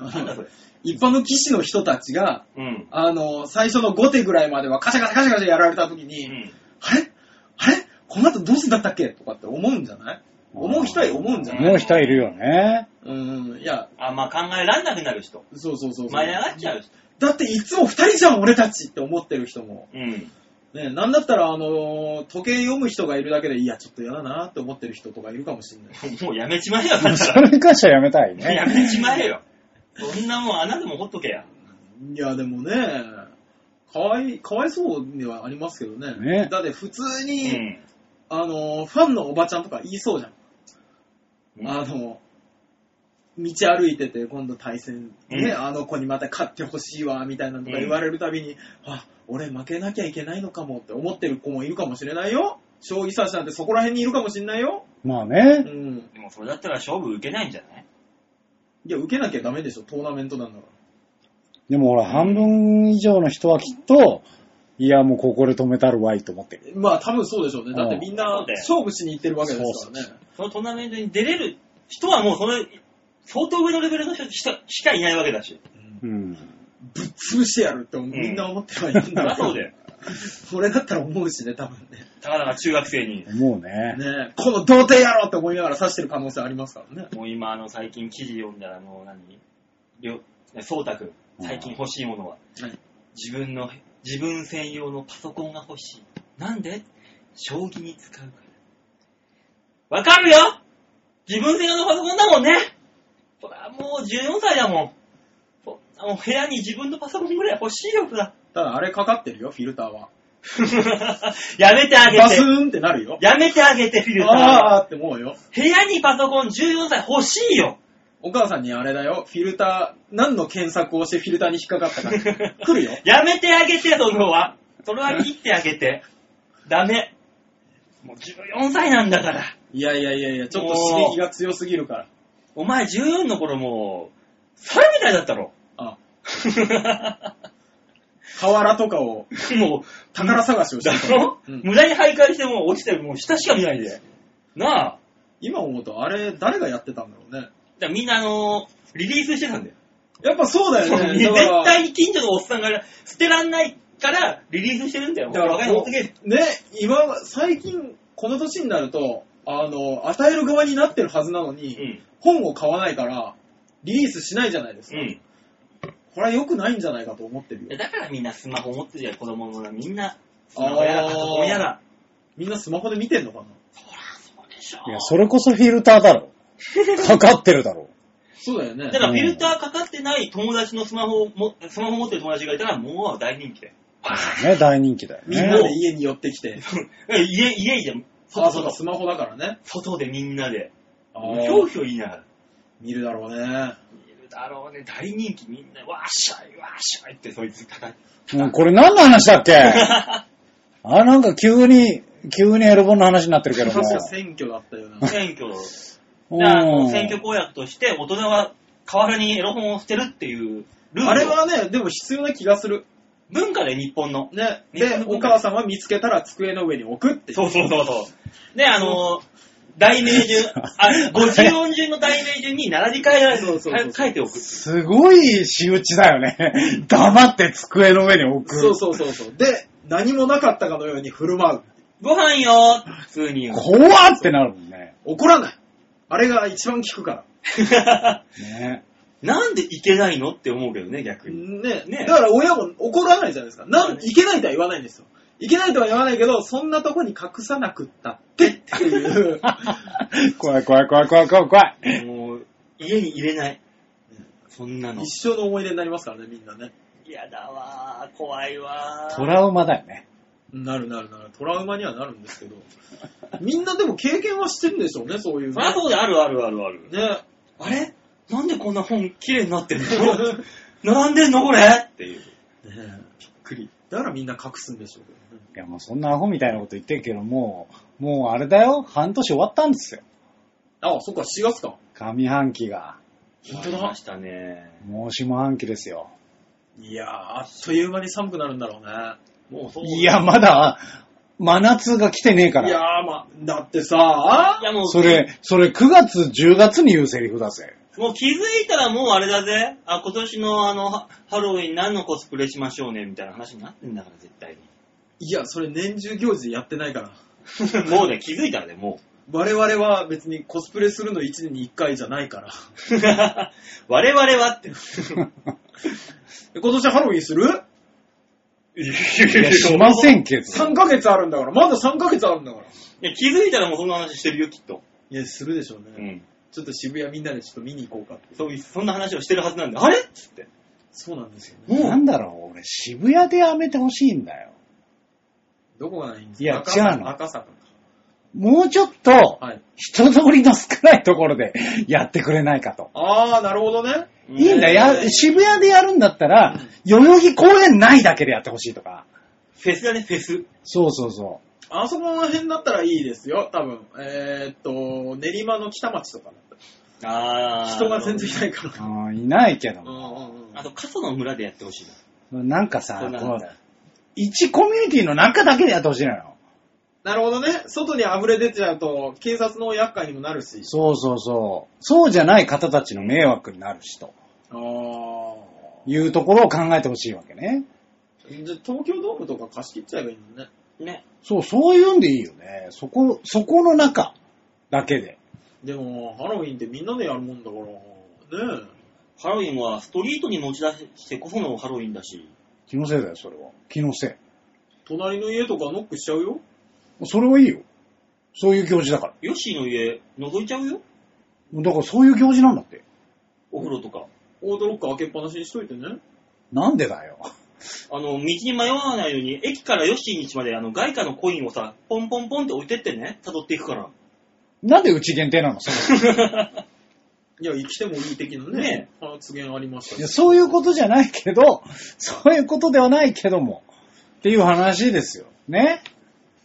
B: なんだそれ。
A: 一般の騎士の人たちが、
B: うん。
A: あの、最初の5手ぐらいまではカシャカシャカシャカシャやられた時に、
B: うん。
A: あれあれこの後どうすんだったっけとかって思うんじゃない思う人は思うんじゃない
C: 思う人はいるよね。 [LAUGHS]
A: うん、いや、
B: あ、まあ考えらんなくなる人。
A: そうそうそうそう。
B: 舞い上がっちゃう人。
A: だっていつも2人じゃん、俺たちって思ってる人も。
B: うん。
A: ねね、なんだったら、あのー時計読む人がいるだけで、いや、ちょっと嫌だなって思ってる人とかいるかもしれない。
B: もうやめちまえよ、だった [LAUGHS]
C: それに関してはやめたい
B: ら。 [LAUGHS] や
C: ね。
B: めちまえよ。そんなもん、あなたもほっとけや。
A: いや、でもね、かわい、かわいそうではありますけどね。
C: ね
A: だって普通
B: う
A: に、
B: ん。
A: あのーファンのおばちゃんとか言いそうじゃん。
B: うん
A: あのー道歩いてて、今度対戦、
B: う
A: ね、
B: ん
A: あの子にまた勝ってほしいわ、みたいなのとか言われるたびに、あ、俺負けなきゃいけないのかもって思ってる子もいるかもしれないよ。将棋指しなんてそこら辺にいるかもしれないよ。
C: まあ
A: う
C: ね。
A: ん。
B: でもそれだったら勝負受けないんじゃない
A: いや、受けなきゃダメでしょ、トーナメントなんだか
C: でもほら、半分以上の人はきっと、いや、もうここで止めたるわいと思ってる。
A: ら。まあ、多分そうでしょうね。だってみん
B: う
A: なん
B: そうだよ
A: 勝負しに行ってるわけですからね。
B: そのトーナメントに出れる人はもうそれ、相当上のレベルの人しかしかいないわけだ [LAUGHS] し。
A: うん
C: うん。
A: ぶっ潰してやるってみんな思ってはいるん
B: そ
A: だ
B: りゃ
A: けど
B: そうだよ。
A: それだったら思うしね、多分ね。
B: たかだか中学生に。
C: もうね。
A: ねえ、この童貞やろって思いながら刺してる可能性ありますからね。
B: もう今、あの、最近記事読んだら、もう何りょ、そうたくん、最近欲しいものは、
A: はい
B: 自分の、自分専用のパソコンが欲しい。なんで将棋に使うから。わかるよ自分専用のパソコンだもんねほら、もう14歳だもん。ほもう部屋に自分のパソコンぐらい欲しいよ、ほら。 [LAUGHS]
A: ただあれかかってるよ、フィルターは。
B: やめてあげ
A: バス
B: て。
A: ーンってなるよ。
B: やめてあげて、フィルタ
A: あーって思うよ。
B: ー。部屋にパソコン14歳欲しいよ。
A: お母さんにあれだよ、フィルター、何の検索をしてフィルターに引っかかったか。 [LAUGHS] 来るよ。
B: やめてあげて、そのは。それは切ってあげて。ダメ。もう14歳なんだから。
A: いやいやいやいや、ちょっと刺激が強すぎるから。
B: お前14の頃もう、猿みたいだったろ。 [LAUGHS]
A: あ、瓦とかを、
B: もう、
A: 宝探しをして
B: だ
A: た
B: ろ、
A: うん
B: 無駄に徘徊してもう落ちてもう下しか見ないで。なあ。
A: 今思うとあれ、誰がやってたんだろうね。
B: だからみんなあのーリリースしてたんだよ。
A: やっぱ [LAUGHS] そうだよね。
B: 絶
A: だから
B: 対に近所のおっさんが捨てらんないから、リリースしてるんだよ。
A: だから
B: 若いの持ってけって
A: ね、今、最近、この年になると、あの、与える側になってるはずなのに、本を買わないから、リリースしないじゃないです
B: う
A: か。
B: ん。うん。
A: これは良くないんじゃないかと思って
B: い
A: る
B: や
A: よ。
B: だからみんなスマホ持ってるじゃん、子供のみんな。スマホやら、
A: あー
B: パソコンやら。
A: みんなスマホで見てんのかな
B: そうでしょ
C: いや、それこそフィルターだろ。かかってるだろ。
A: そうだよね
B: だ。からフィルターかかってない友達のスマホをも、スマホ持ってる友達がいたら、もう大人気で。
C: ね、大人気だよ
A: みんな
C: ね。
A: で家に寄ってきて。
B: [LAUGHS] 家、家じゃん。
A: あ、
B: 外、
A: そう
B: 外、
A: か、スマホだからね。
B: 外でみんなで。
A: あ
B: ひょう
A: ー
B: ひょう言いながら。
A: 見るだろうね。
B: いるだろうね、大人気みんな、わーしゃい、わーしゃいってそいつ叩く。
C: うんこれ何の
A: [LAUGHS]
C: 話だっけあ、なんか急に、急にエロ本の話になってるけど
A: 確
C: も。
A: か選挙だったよ [LAUGHS] な。
B: 選挙、
C: う
B: であの
C: ん。
B: 選挙公約として、大人は代わらにエロ本を捨てるっていうルール。
A: あれはね、でも必要な気がする。
B: 文化で日本の。
A: ね。
B: 日本
A: で、
B: の
A: お母さんは見つけたら机の上に置くっていう。
B: そうそうそうそう。で、あの、題名順、あ、50音 [LAUGHS] 順の題名順に並び替えられ
A: そうそうそう
B: 書いておく。
C: すごい仕打ちだよね。 [LAUGHS] 黙って机の上に置く。
A: そうそうそうそう。で、何もなかったかのように振る舞う。
B: ご飯よー普通に言う。
C: 怖ってなるもんね。
A: 怒らない。あれが一番効くか
C: ね。
B: [LAUGHS] なんでいけないのって思うけどね、逆
A: ら。
B: に。
A: ね
B: ね
A: だから親も怒らないじゃないですか。な
B: そうんね
A: いけないとは言わないんですよ。いけないとは言わないけど、そんなとこに隠さなくったってって [LAUGHS] いう。
C: 怖い怖い怖い怖い怖い怖い。
B: もう、家に入れない。そんなの。
A: 一生の思い出になりますからね、みんなね。
B: 嫌だわー、怖いわ
C: ト
B: ー。
C: ラウマだよね。
A: なるなるなる。トラウマにはなるんです
B: [LAUGHS]
A: けど。みんなでも経験はしてるんでしょうね、そういう
B: そりゃ
A: ね。
B: そうであるあるあるある。
A: ね。
B: あれなんでこんな本綺麗になってんの [LAUGHS] 並んでんのこれっていう。
A: ね
B: くり。
A: だからみんな隠すんでしょうけどね。
C: いや、もうそんなアホみたいなこと言ってるけど、もう、もうあれだよ。半年終わったんですよ。
A: あそっか、4月か。
C: 上半期が。
A: 本当だ
B: ありましたね。
C: もう下半期ですよ。
A: いやー、あっという間に寒くなるんだろうね。
B: もうそう。
C: いや、まだ、真夏が来てねえか
A: いやー、
C: ら。
A: まあ、だってさ
B: いやもう、
C: それ、それ9月、10月に言うセリフだぜ。
B: もう気づいたらもうあれだぜ。あ、今年のあの、ハハロウィン何のコスプレしましょうね、みたいな話になってんだから、絶対
A: いや、それ年中行事やってないから。 [LAUGHS]
B: に。もう [LAUGHS] ね、気づいたらね、も
A: 我々は別にコスプレするの1年に1回じゃないから。
B: う。我々はって。
A: え今年ハロウィンする
C: いや、しませ
B: ん。
C: んけど。
A: 3ヶ月あるんだから、まだ3ヶ月あるんだから。
B: いや、気づいたらもうそんな話してるよ、きっと。
A: いや、するでしょうね。
B: うん。
A: ちょっと渋谷みんなでちょっと見に行こうかって。
B: そういう、そんな話をしてるはずなんで、あれっつって。
A: そうなんですよね。
C: なんだろう、俺、渋谷でやめてほしいんだよ。
A: どこがないんですか
C: いや
A: 赤坂
C: 違うの
A: 赤坂か。
C: もうちょっと、
A: はい。
C: 人通りの少ないところで [LAUGHS] やってくれないかと。
A: あー、なるほどね。
C: いいんだ、
B: う
C: や、渋谷でやるんだったら、代々木公園ないだけでやってほしいとか。
B: フェスだね、フェス。
C: そうそうそ
A: あそこら辺だったらいいですよ、多分。えー、っと、練馬の北町とかだった
B: あ
A: ら
B: ー。
A: 人が全然いないか
C: う。
A: ら。
C: うん、いないけど
A: うんうんうん。
B: あと、過疎の村でやってほしいな。
C: なんかさ、
B: そう
C: こ
B: なん
C: の
B: だよ、
C: 一コミュニティの中だけでやってほしいのよ。
A: なるほどね。外に溢れ出ちゃうと、警察の厄介にもなるし。
C: そうそうそう。そうじゃない方たちの迷惑になるしと
A: あ
C: いうところを考えてほしいわけね。
A: ー。じゃあ東京ドームとか貸し切っちゃえばいいのね。
B: ね。
C: そう、そういうんでいいよね。そこ、そこの中だけで。
A: でも、ハロウィンってみんなでやるもんだから、ね
B: ハロウィンはストリートに持ち出してこそのハロウィンだし。
C: 気のせいだよ、それは。気のせ
A: え。隣の家とかノックしちゃうよ。
C: い。それはいいよ。そういう行事だから。
B: ヨッシーの家、覗いちゃうよ。
C: だからそういう行事なんだって。
B: お風呂とか。
A: オートロック開けっぱなしにしといてね。
C: なんでだよ。
B: あの、道に迷わないように、駅からヨッシーにちまで、あの、外貨のコインをさ、ポンポンポンって置いてってね、辿っていくから。
C: なんでうち限定なのそれ
A: いや、生きてもいい的なね
B: ね、
A: 発言ありました
C: い
A: ね
C: やそういうことじゃないけど、そういうことではないけども。っていう話ですよ。ね。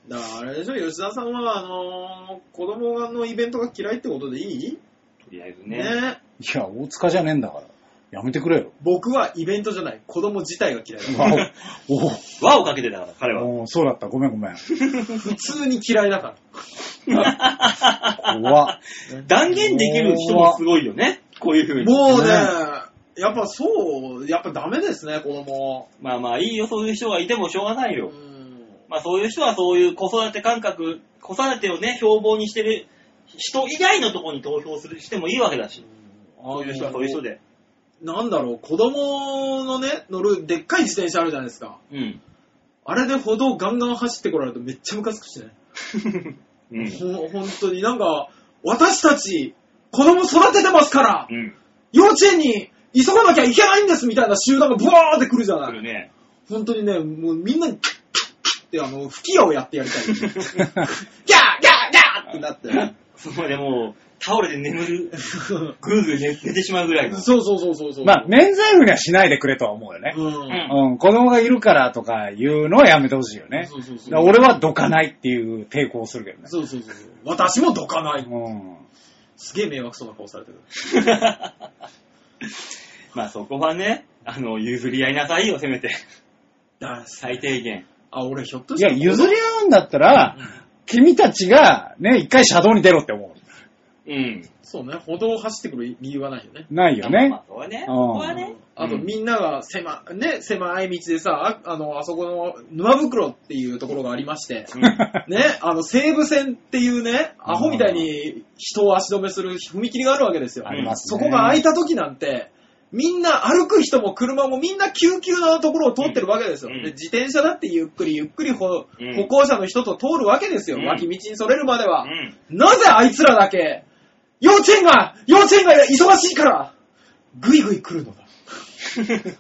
A: だからあれでしょ、吉田さんは、あのー子供のイベントが嫌いってことでいい
B: とりあえず
A: ね
B: ね。
C: いや、大塚じゃねえんだから。やめてくれよ。
A: 僕はイベントじゃない、子供自体が嫌い
B: [LAUGHS]
A: だ。
C: [LAUGHS] わお。
B: 輪をかけてたから、彼は。
C: おおそうだった。ごめんごめん。
A: 普通に嫌いだか
C: 怖っ。
A: ら。
B: 断言できる人もすごいよね。こういう風に。
A: [LAUGHS] もうね
C: ね、
A: やっぱそう、やっぱダメですね、子供。
B: まあまあいいよ、そういう人がいてもしょうがないうよ。
A: ん。
B: まあそういう人はそういう子育て感覚、子育てをね、標榜にしてる人以外のとこに投票するしてもいいわけだし。
A: あ
B: そういう人はそういう人で。
A: なんだろう、子供のね、乗るでっかい自転車あるじゃないですか。
B: [LAUGHS] うん。
A: あれで歩道ガンガン走ってこられるとめっちゃムカつくしね。
B: うん。
A: ほ本当になんか、私たち、子供育ててますから、
B: うん。
A: 幼稚園に急がなきゃいけないんですみたいな集団がブワーって来るじゃな
B: 来
A: い。
B: るね。
A: 本当にね、もうみんなに、キャッキャッキャッってあの、吹き矢をやってやりた [LAUGHS] い。ギャーギャーギャーってなって。
B: そこでもう、倒れて眠る。ぐーぐー寝寝てしまうぐらいの。
A: そうそうそうそうそう。
C: [LAUGHS] まあ、免罪符にはしないでくれとは思うよね。
A: うん。
B: ん
C: うん、子供がいるからとかいうのはやめてほしいよね。
A: そうそうそう
C: だから俺はどかないっていう抵抗をするけどね。
A: そうそうそう。私もどかない。
C: うん。
A: すげえ迷惑そうな顔されてる。
B: [LAUGHS] まあそこはね、あの、譲り合いなさいよ、せめて。
A: だからさ
B: 最低限。
A: あ、俺ひょっとし
C: い
A: た
C: や、
A: ら。
C: 譲り合うんだったら、君たちがね、一回車道に出ろって思
B: うん。
A: そうね、歩道を走ってくる理由はないよね。
C: う。ないよ
B: まあ
C: ね。
B: そこはね。
C: う
B: そ
C: ん
B: こはね。
A: あと
B: うん
A: みんなが狭,、ね、狭い道でさ、ああの、あそこの沼袋っていうところがありまして、ね、あの西武線っていうね、アホみたいに人を足止めする踏切があるわけですよ。
C: あります
A: そ
C: ね。
A: こが開いた時なんて、みんな歩く人も車もみんな急急なところを通ってるわけですよ。
B: うん
A: で自転車だってゆっくりゆっくり歩,、
B: うん
A: 歩行者の人と通るわけですよ。
B: うん
A: 脇道にそれるまでは。
B: うん。 [LAUGHS]
A: なぜあいつらだけ、幼稚園が、幼稚園が忙しいから、ぐいぐい来るのだ。
C: [LAUGHS]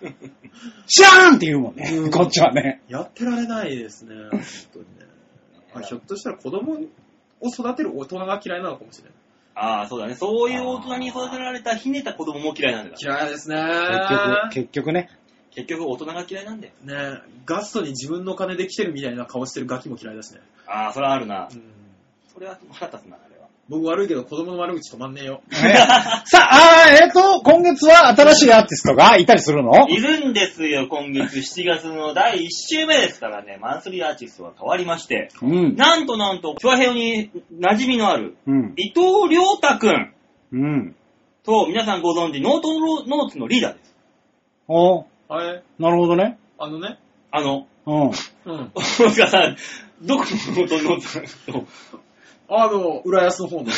C: シャーンって言うもんね
A: うん。
C: こっちはね。
A: やってられないです [LAUGHS] ね。本当にねあひょっとしたら子供を育てる大人が嫌いなのかもしれない。
B: ああ、そうだね。そういう大人に育てられたひねった子供も嫌いなんだよ。
A: 嫌いですね。
C: 結局、結局ね。
B: 結局大人が嫌いなんだよ。
A: ねガストに自分の金で来てるみたいな顔してるガキも嫌いだしね。
B: ああ、それはあるな
A: う。ん
B: それは腹立つな、あれは。
A: 僕悪いけど子供の悪口止まんねえよ。
C: ねさあ、あーえっ、と、今月は新しいアーティストがいたりするの
B: いるんですよ、今月7月の第1週目ですからね、マンスリーアーティストが変わりまして、
C: うん。
B: なんとなんと、チュアヘヨに馴染みのある、
C: うん。
B: 伊藤良太くん
C: うん。
B: と、皆さんご存知、ノートロノーツのリーダーです。
C: お
A: あれ
C: なるほどね。
A: あのね。
B: あの、
C: うん。
A: うん。
B: 大塚さん、どこのノートノーツの
A: [LAUGHS] あの、浦安の方の。浦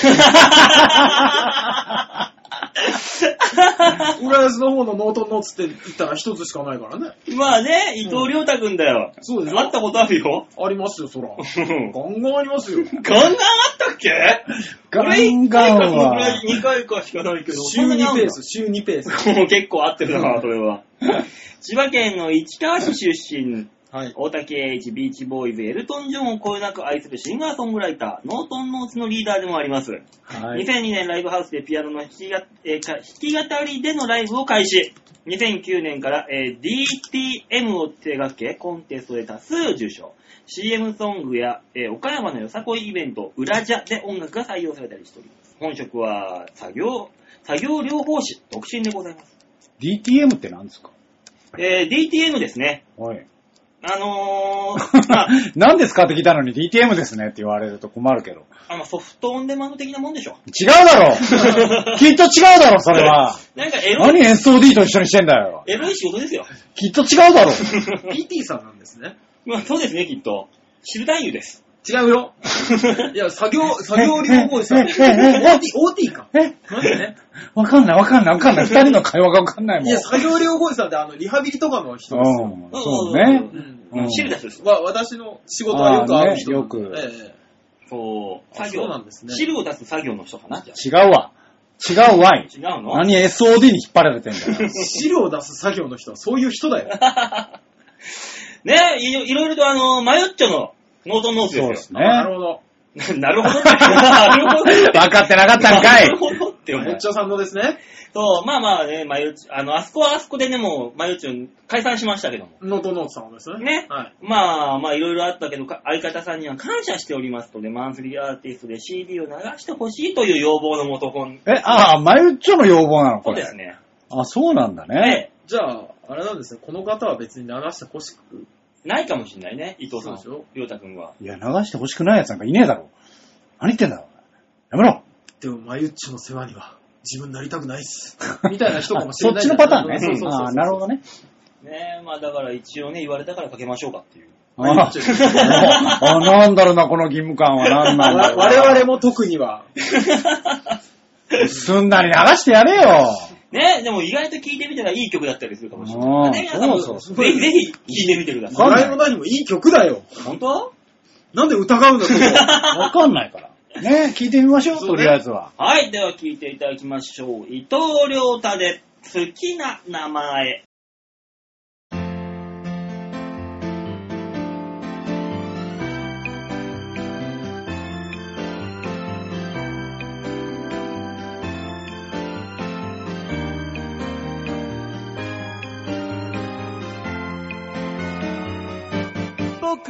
A: 安の方のノートンノーツって言ったら一つしかないからね。
B: まあね、伊藤良太くんだよ。
A: そうでしょ
B: 会ったことあるよ。
A: ありますよ、そら。
B: うん
A: ガンガンありますよ。
B: ガンガンあったっけ
C: ガンガンは
B: 俺一回かそのくらい2回かしかないけど、
A: 週
B: そんなにあ
A: 2
B: ん
A: ペ
B: の
A: ース、週2ペース。
B: もう結構合ってるな、それは。千葉県の市川市出身、
A: はい。
B: 大竹栄一ビーチボーイズ、エルトン・ジョンをこよなく愛するシンガーソングライター、ノートン・ノーツのリーダーでもあります。
C: はい。
B: 2002年ライブハウスでピアノの弾きがえーか弾き語りでのライブを開始。2009年から、えー DTM を手掛け、コンテストで多数受賞。CM ソングや、えー岡山のよさこいイベント、裏ジャで音楽が採用されたりしております。本職は作業、作業療法士、独身でございます。
C: DTM って何ですか
B: えー DTM ですね。
C: はい。
B: あの
C: [LAUGHS]
B: ーまあ、
C: 何ですかって聞いたのに DTM ですねって言われると困るけど。
B: あのソフトオンデマンド的なもんでしょ。
C: 違うだろきっと違うだろ、それは。
B: なんかエロい、
C: 何 SOD と一緒にしてんだよ。
B: エロい仕事ですよ。
C: きっと違うだろ。
A: PT さんなんですね。
B: まあそうですね、きっと。知る男優です。
A: 違うよ。いや、作 [LAUGHS] 業、作業療法士 [LAUGHS] さん。
C: ええええ
A: OT、OT か。
C: え
A: なんでね。
C: わかんない、わかんない、わかんない。二人の会話がわかんないもん。
A: いや、作業療法士さんってあの、リハビリとかの人ですよ。
C: うん、そうね。
A: うん
C: うん
B: シルダスです。
A: わ私の仕事はよくある人なんで。
C: あーねよ
A: ええ
B: そう。
A: あ
B: 作業。
A: そうなんですね
B: 汁を出す作業の人かなじゃ
C: 違うわ。違うわい。
B: あ違うの
C: 何 SOD に引っ張られて
A: [LAUGHS]
C: んだよ。
A: 資料を出す作業の人はそういう人だよ。
B: ねいろいろいろとあの、マヨッチョのノートンノーツ
C: そう
B: で
C: ですす
B: よ。
C: ね。
A: なるほど。
B: [LAUGHS] なるほどね。なるほどね。
C: 分かってなかったんか
B: ないる。ほどって思
A: も
B: っ
A: っ
B: ちゃ
A: ちゃさんのですね、
B: う。そう、まあまあね、マヨッチョ、あの、あそこはあそこでね、もう、マヨッチョ解散しましたけども。
A: ノートノートさんのですね。
B: ね
A: はい。
B: まあまあいろいろあったけど、か相方さんには感謝しておりますので、マンスリーアーティストで CD を流してほしいという要望の元本。
C: え、ああ、マユッチョの要望なの
B: そ
C: こ
B: う
C: れ。
B: ですね。
C: あ、そうなんだね。
B: ね
A: じゃあ、あれなんですね、この方は別に流してほしく、
B: ないかもしれないね、伊藤さん
A: そうでしょ、
B: りょうたくんは。
C: いや、流してほしくないやつなんかいねえだろ。何言ってんだろ。やめろ。
A: でも、まゆっちの世話には自分なりたくないっす。 [LAUGHS] みたいな人かもしれ
C: そっ
A: ない。
C: ちのパターンね。
A: そうそうそうそう
C: ああ、なるほどね。
B: ねえ、まあだから一応ね、言われたからかけましょうかって
C: [LAUGHS]
B: いう。
C: ああ、あなんだろうな、この義務感は。なんなんだ
A: わ
C: ろうな。
A: 我々も特には、
C: すんなり流してやれよ。
B: ねえ、でも意外と聴いてみたらいい曲だったりするかもしれ
C: う
B: ない。
C: ん
B: ね皆さんも
C: そう
A: そう
B: ぜひ、ぜひ聴いてみてくださ
C: わかんない
A: 笑いも何もいい曲だよ。
B: い。本当
A: なんで疑うんだ、そこ。
C: わかんないから。ね聞いてみましょう、
A: そうね
C: とりあえずは。
B: はい、では聴いていただきましょう。伊藤良太で、好きな名前。
D: 僕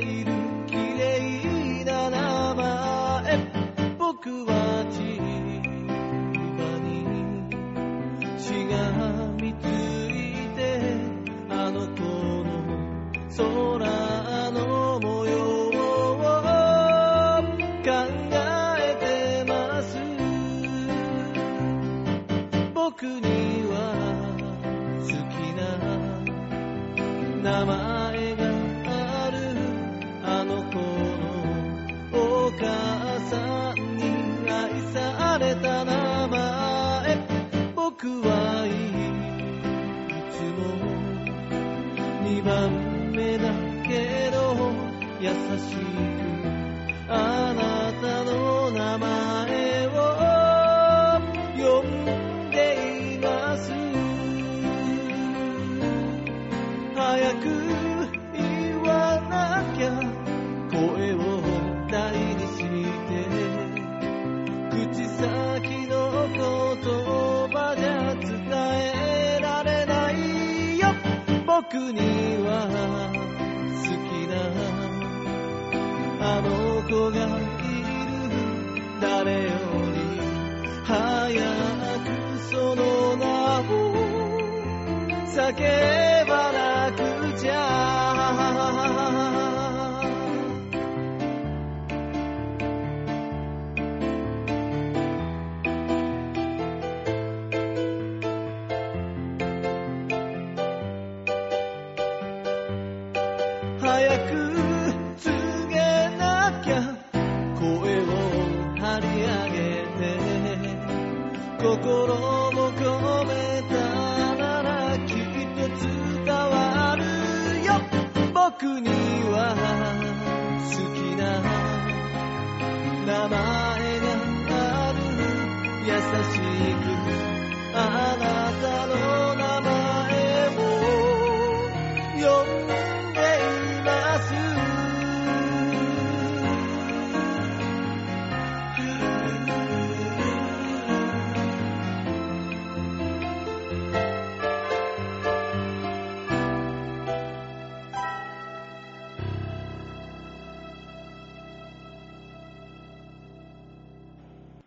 D: いる綺麗な名前僕は千葉に血がみついてあの子の空の模様を考えてます僕には好きな名前があるあの子のお母さんに愛された名前僕はいつも2番目だけど優しくあなたの名前を呼んでいます早く言わなきゃ声を大にして口先の言葉じゃ伝えられないよ僕には好きなあの子がいる誰より早くその名を叫ばなくちゃ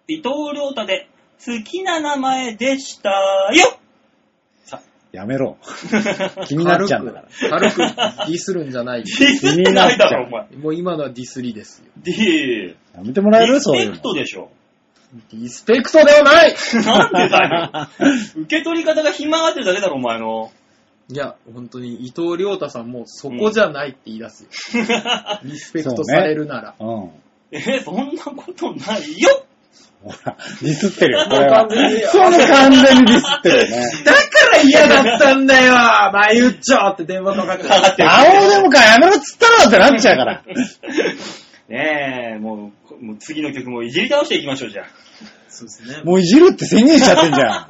B: 伊藤亮太で、好きな名前でしたよ
C: や
A: [LAUGHS]
C: めろ。気になっちゃうんだから。
A: 軽く、軽くディスるんじゃ
C: [LAUGHS]
A: ないよ
B: ディスってないだろ、お前。
A: もう今のはディスりですよ。
B: ディ
C: やめてもらえ
B: リ
C: る
B: ス
C: そうい
B: ペ
C: うの
B: ク。トでしょ。
A: リスペクトではない
B: なんで
C: [LAUGHS]
B: だよ。受け取り方が暇がってるだけだろ、お前の。
A: いや、本当に伊藤亮太さんもそこじゃないって言い出すよ。リスペクトされるなら。
C: うん。
B: え、そんなことないよ
C: ほら、ディスってるよ、これは。
A: 完全に
C: その完全にディスってるよ
A: [LAUGHS]
C: ね。
A: だから嫌だったんだよまゆっちょって電話かかって
B: かかって
C: 青でもかやめろっつったらってなっちゃうから。
B: ねえ、もう、こもう次の曲もいじり倒していきましょう、じゃあ。
A: そうですね。
C: もういじるって宣言しちゃって
A: [LAUGHS]
C: んじゃん。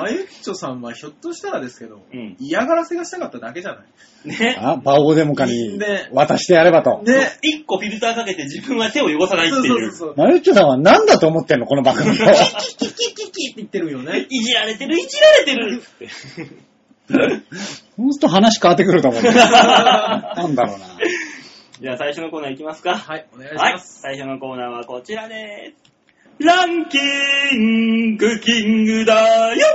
A: まゆっちょさんはひょっとしたらですけど、
B: うん
A: 嫌がらせがしたかっただけじゃない
B: ね
C: あ、バオデモカに
A: ね
C: 渡してやればと。
A: ね。
B: 一個フィルターかけて自分は手を汚さないって
A: そうそう
B: い
A: そう
B: う。
A: そう。
C: マユッチョさんは何だと思ってんのこの番組を。
A: キキキキって言ってるよね。
B: いじられてる、いじられてるって。
C: ほんと話変わってくると思う。なんだろうな。
B: じゃあ最初のコーナーいきますか。
A: はい、お願いし
B: は
A: ま
B: い。
A: す。
B: 最初のコーナーはこちらです。ランキングキングだよ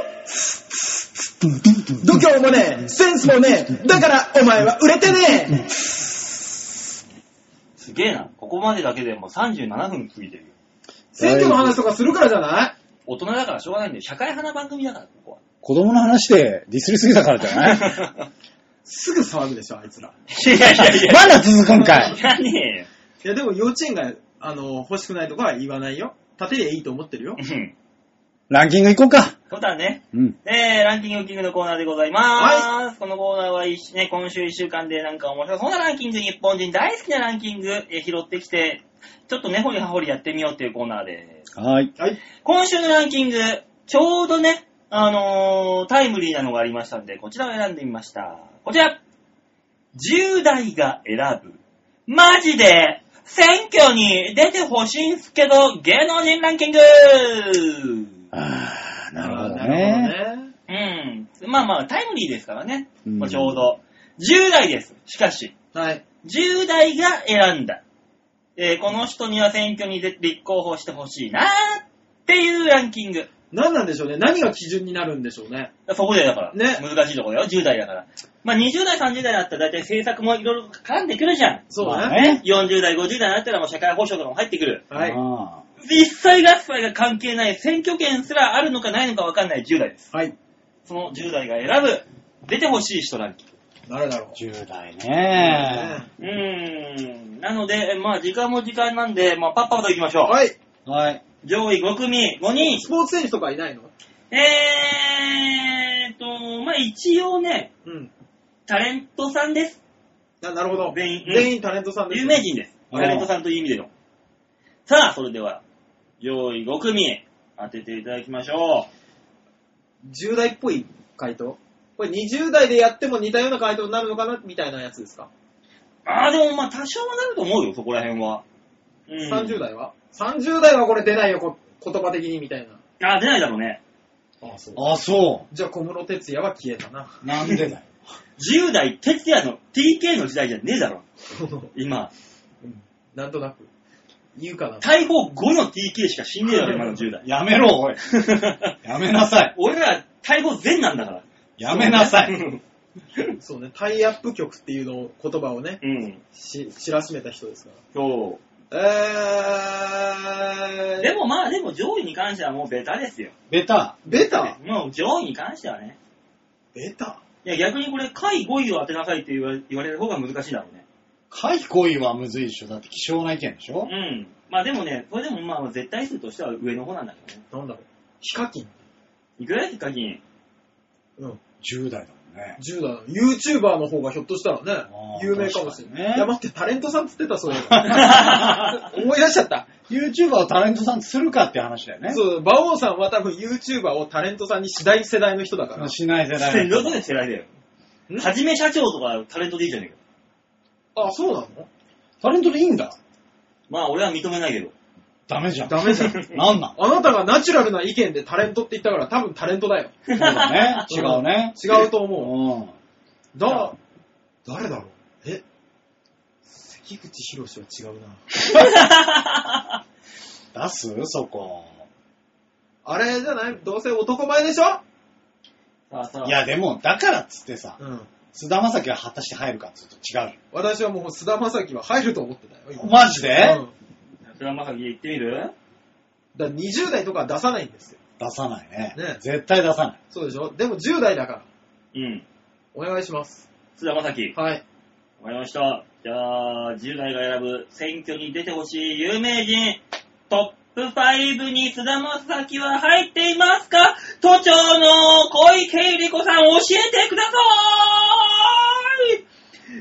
A: 度胸もねえ、センスもねえ、だからお前は売れてね
B: すげえな。ここまでだけでもう37分過ぎてるよ。
A: え選挙の話とかするからじゃない
B: 大人だからしょうがないんだよ。社会派な番組だから、ここは。
C: 子供の話でディスりすぎたからじゃない
A: すぐ騒ぐでしょ、あいつら。
B: [LAUGHS] いやいやいや。
C: まだ続くんかい
B: 知らね
A: いや、でも幼稚園が、あの、欲しくないとかは言わないよ。立てりゃいいと思ってるよ
B: え。よ。うん。
C: ランキング行こうか。
B: そうだね。
C: うん。
B: えー、ランキングキングのコーナーでございます。このコーナーは一週、ね、今週1週間でなんか面白そうなランキング、日本人大好きなランキング、えー拾ってきて、ちょっとねほりはほりやってみようっていうコーナーです。
C: はい。
A: はい。
B: 今週のランキング、ちょうどね、あのータイムリーなのがありましたんで、こちらを選んでみました。こちら !10 代が選ぶ。マジで選挙に出てほしいんすけど、芸能人ランキング
C: あー、なるほど
A: あー
C: ね。
A: なるほどね。
B: うん。まあまあ、タイムリーですからね。
C: うん
B: まあちょうど。10代です。しかし、
A: はい。
B: 10代が選んだ。えーこの人には選挙に出立候補してほしいなーっていうランキング。
A: 何なんでしょうね。何が基準になるんでしょうね。
B: そこでだから、
A: ね
B: 難しいところよ、10代だから。まあ20代、30代だったら大体政策もいろいろ絡んでくるじゃん。
A: そう
C: まあ
A: ね。
C: ね。
B: 40代、50代になったらもう社会保障とかも入ってくる。
A: はい。
C: あ
B: 一切合切が関係ない、選挙権すらあるのかないのかわかんない10代です。
A: はい。
B: その10代が選ぶ、出てほしい人ランキング。
A: 誰だろ
C: ー10代
A: う。
C: ね。
B: うーん。なので、まあ時間も時間なんで、まあパッパッと行きましょう。
A: はい。
C: はい。
B: 上位5組、5人。
A: スポーツ選手とかいないの
B: えーっと、まあ一応ね、
A: うん。
B: タレントさんです。
A: ななるほど。
B: 全員うん
A: 全員タレントさんです。
B: 有名人です。
C: あ
B: タ
C: ー
B: レントさんという意味での。さあ、それでは、上位5組、当てていただきましょ
A: 10代っぽい回答これ20代でやっても似たような回答になるのかなみたいなやつですか、
B: う。ああ、でもまあ多少はなると思うよ、そこら辺は。うん、
A: ?30。代は ?30 代はこれ出ないよ、こ言葉的にみたいな。
B: ああ、出ないだろうね。
A: あそう
C: あ、そ
A: じゃあ小室哲也は消えたな。
C: [LAUGHS] う。なんでだよ。
B: 10代、徹夜の TK の時代じゃねえだろ、
A: うん
B: 今。
A: なんとなく。言うかな。
B: 逮捕後の TK しか死んねえだろ、今の10代。 [LAUGHS]
C: やめろ、おい。やめなさい。
B: 俺ら逮捕前なんだから。
C: やめな
B: [LAUGHS]
C: さい。
A: そうね、タイアップ曲っていうのを、言葉をね、
B: うん。
A: し知らしめた人ですか
B: そ
A: ら。え
B: う。
A: ー、
B: でもまあ、でも上位に関してはもうベタですよ。
C: ベタ。
A: ベタ
B: もう上位に関してはね。
A: ベタ
B: いや、逆にこれ、下位5位を当てなさいって言わ言われる方が難しいだろうね。
C: 回避行為はむずいでしょ。だって希少な意見でし
B: う
C: ょ
B: ん。まあでもね、これでもまあ絶対数としては上の方なんだけどね。
A: なんだろう。ヒカキン。
B: いくらヒカキン。
A: うん。
C: ?10 代だもんね。
A: 10代の YouTuber の方がひょっとしたらね
C: あ、ー
A: 有名かもしれない。
C: 確かにね
A: いや、待って、タレントさんっつってた、そうい [LAUGHS] えば思い出しちゃった。
C: YouTuber をタレントさんとするかっていう話だよね。
A: そう、馬王さんは多分 YouTuber をタレントさんに次第世代の人だから。
C: しない世代の
B: どこで世代だよ
A: ん。
B: はじめ社長とかタレントでいいじゃねえか。
A: あ、そうなの
C: タレントでいいんだ。
B: まあ俺は認めないけど。
C: ダメじゃん。
A: ダメじゃん。
C: なんなん
A: あなたがナチュラルな意見でタレントって言ったから多分タレントだよ。
C: そうだね。違うね。
A: [LAUGHS] 違うと思
C: うん。
A: う。だ、誰だろうえ関口博士は違うな。
C: 出すそこ。
A: あれじゃないどうせ男前でしょ
B: さあさあ。
C: いや、でも、だからっつってさ、
A: うん。
C: 菅田将暉が果たして入るかっつうと違う
A: 私はもう菅田将暉は入ると思ってたよ。
C: よ。マジで、
A: うん
B: 菅田将暉行ってみる
A: だから20代とかは出さないんですよ。
C: 出さないね
A: ね
C: 絶対出さない。
A: そうでしょでも10代だから。
B: うん。
A: お願いします。
B: 菅田将暉。
A: はい。
B: わかりました。じゃあ、10代が選ぶ選挙に出てほしい有名人、トップ5に菅田将暉は入っていますか都庁の小池百合子さん教えてくださ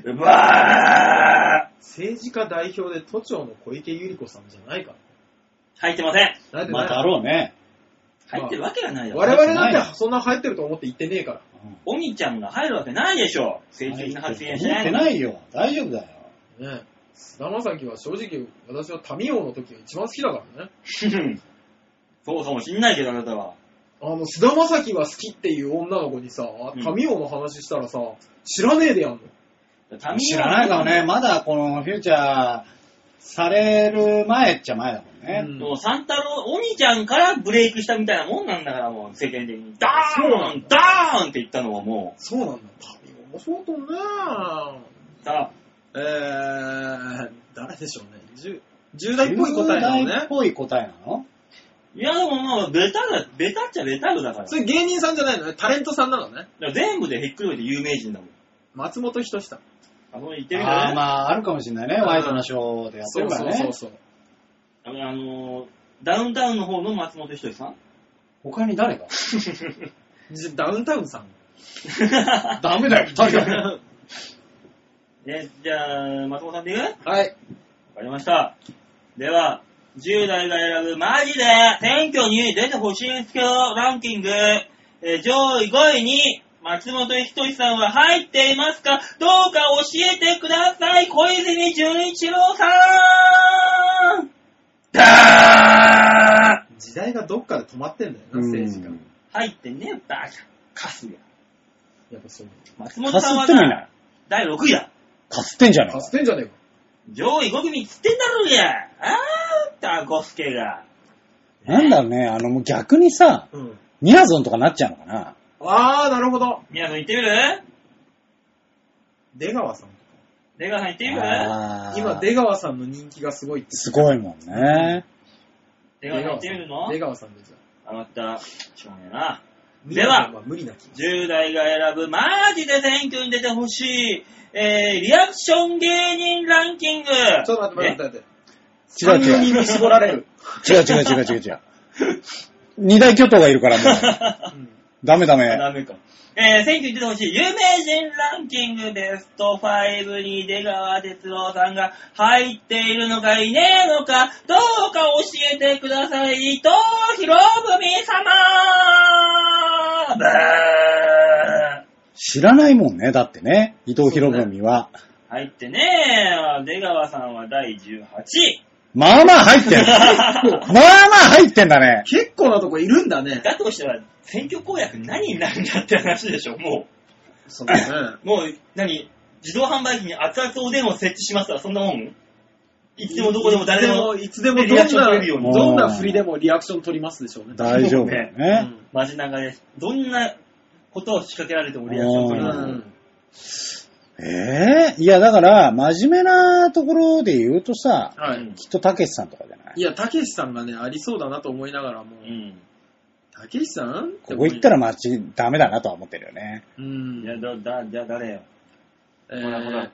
B: ーいうわー
A: 政治家代表で都庁の小池百合子さんじゃないか
B: 入ってません。
A: ら。だってね
C: まあ、だろうね。
B: 入ってるわけがないだろ。
A: 我々
C: ない
A: だっ
C: よ
A: てそんな入ってると思って言ってねえから。
C: うん
B: おみちゃんが入るわけないでしょ。政治的な発言し
C: 思
B: な
C: っ
B: い
C: て
B: の
C: ないよ。大丈夫だよ。
A: ね菅田将暉は正直、私は民王の時が一番好きだからね。
B: [LAUGHS] そうかもしんないけど、あなたは。
A: あの、菅田将暉は好きっていう女の子にさ、
B: ん
A: 民王の話したらさ、知らねえでやんの。
C: 知らないからね、まだこのフューチャーされる前っちゃ前だもんね。
A: うん
B: もう、サンタロウ、お兄ちゃんからブレイクしたみたいなもんなんだから、もう、世間的に。ダーンダーンって言ったのはも
A: そうなんだ。民王もそうとね
B: う、さ、
A: えー、誰でしょうね。10 10代っぽい答えなの
C: 10代
A: ね
C: っ。ぽい答えなの
B: いやでもまあ、ベタだ、ベタっちゃベタよだから。だ
A: それ芸人さんじゃないのね。タレントさんなのね。
B: から全部でひっくり返って有名人だもん。
A: 松本人志さん。
B: あの、言ってみた
C: あ
B: ら
C: あ、
B: ね。
C: まあ、あるかもしれないね。
A: うん
C: ワイドなショーでやって
A: そ
C: る
A: う
C: から
A: そう
C: ね。
A: そうそう。
B: あの、あのダウンタウンの方の松本人志さん
C: 他に誰が
A: じダウンタウンさん。
C: ダメだよ、二人
B: [LAUGHS]
C: だよ。
B: え、じゃあ、松本さんでいくわ
A: はい。
B: かりました。では、10代が選ぶマジで選挙に出てほしい人ランキング、えー上位5位に松本人志さんは入っていますかどうか教えてください小泉純一郎さんだー
A: 時代がどっかで止まってんだよな、
C: うん
A: 政治家。
B: 入ってねえ、バーカ。カスや。
A: やっぱそう。
B: 松本
C: か
B: さん
C: すっ
B: は
C: てない
B: な
C: な。
B: 第6位だ。
C: かすってんじゃねえ
A: か
C: か
A: す。ってんじゃねえか。
B: 上位5組っつってんだろうや。あー、タコスケが。
C: なんだろうね、あの、もう逆にさ、
A: うん。
C: ニアゾンとかなっちゃうのかな。
A: あー、なるほど。
B: 皆さん行ってみる
A: 出川さん。
B: 出川さん行ってみる
C: あー
A: 今、出川さんの人気がすごいって。
C: すごいもんね。
B: 出川さん行ってみるの
A: 出川さんでじゃあ
B: 上がった。しょうがねえな。
A: 無理
B: では
A: まあ無理な気が
B: 10代が選ぶマジで選挙に出てほしい、えー、リアクション芸人ランキング。
A: ちょっと待って待って待って。
C: 違う
A: 3
C: 違
A: 人
C: う。
A: に絞られる。
C: 違う違う違う違う違う。二大巨頭がいるからも
A: [LAUGHS]
C: う、
A: うん
C: ダメダ
B: え
C: メ。
B: ダメか。えー、選挙に出てほしい有名人ランキングベスト5に出川哲郎さんが入っているのかいねえのか、どうか教えてください。伊藤博文様ブー
C: 知らないもんね、だってね。伊藤博文は。
B: 入ってねえ。出川さんは第18位。
C: まあまあ入ってんまあまあ入ってんだね。
A: 結構なとこいるんだね。
B: [LAUGHS] だとしたら、選挙公約何になるんだって話でしょ、も
A: そうだね。
B: う。もう、何自動販売機に熱々おでんを設置しますから、そんなもんいつでもどこでも誰でも。
A: いつでも、いつ
B: リアク
A: で
B: ション
A: も
B: 取れるよう
A: ど
B: ん
C: に
A: な、どんな振りでもリアクション取りますでしょうね。
C: 大丈夫だよ
A: う
C: ね。
A: ん
B: 街中で、どんなことを仕掛けられてもリアクション取り
A: う
B: ます。
A: ん。
C: ええいやだから、真面目なところで言うとさ、
A: は
B: う
A: い
B: ん。
C: きっとたけしさんとかじゃない
A: いや、たけしさんがね、ありそうだなと思いながらも
B: う、ん。
A: たけしさん
C: ここ行った
A: ら、
C: ら街ダメだなとは思ってるよね。
A: う
B: いや、
A: ん。
B: だ、だ、じゃあ誰よ。
A: え
B: ほらほ
A: ー
B: ら、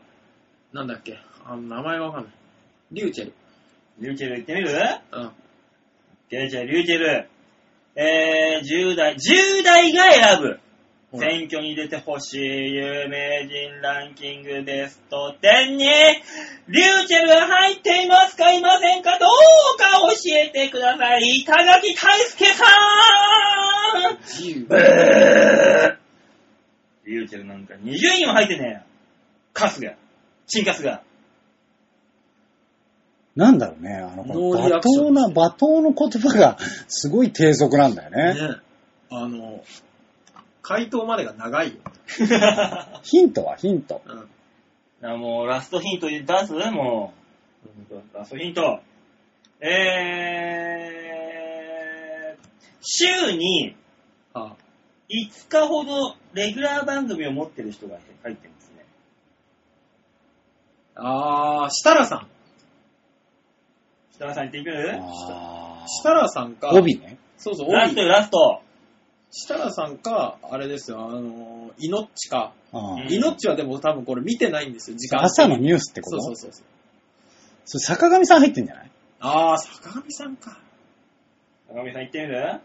A: なんだっけあの、名前わかんない。リューチェル。
B: リューチェル行ってみる
A: うん。
B: じゃあじゃあリューチェル。えー、10代、10代が選ぶ。
A: ほら
B: 選挙に出てほしい有名人ランキングベスト10に、リューチェルが入っていますかいませんかどうか教えてください。板垣大輔さん
A: 自由。
B: リューチェルなんか20人も入ってねえよ。カスが。チンカス [LAUGHS] が。
C: なんだろうね、あの、こ
A: ノーリア
C: の
A: クショ
C: 罵
A: ン
C: 倒な、罵倒の言葉がすごい低俗なんだよね。
A: ね。あの、回答までが長いよ。
C: ヒントはヒント。
A: うん。
B: あもうラストヒント出すもう。ラストヒント。えー、週に
A: はあ、
B: 5日ほどレギュラー番組を持ってる人が入ってますね。
A: あー、設楽さん。
B: 設楽さん言ってみる
C: あ
A: 設楽さんか、
C: ー。帯ね。
A: そうそう、
B: ラスト
A: 帯。
B: よ、ラスト。
A: 設楽さんか、あれですよ、あのー、イノッチか。
C: あー
B: うん
A: イノッチはでも多分これ見てないんですよ、時間。
C: 朝のニュースってこ
A: そ
C: と
A: うそうそうそう。
C: それ坂上さん入ってんじゃない
A: あー、坂上さんか。
B: 中上さん言ってみる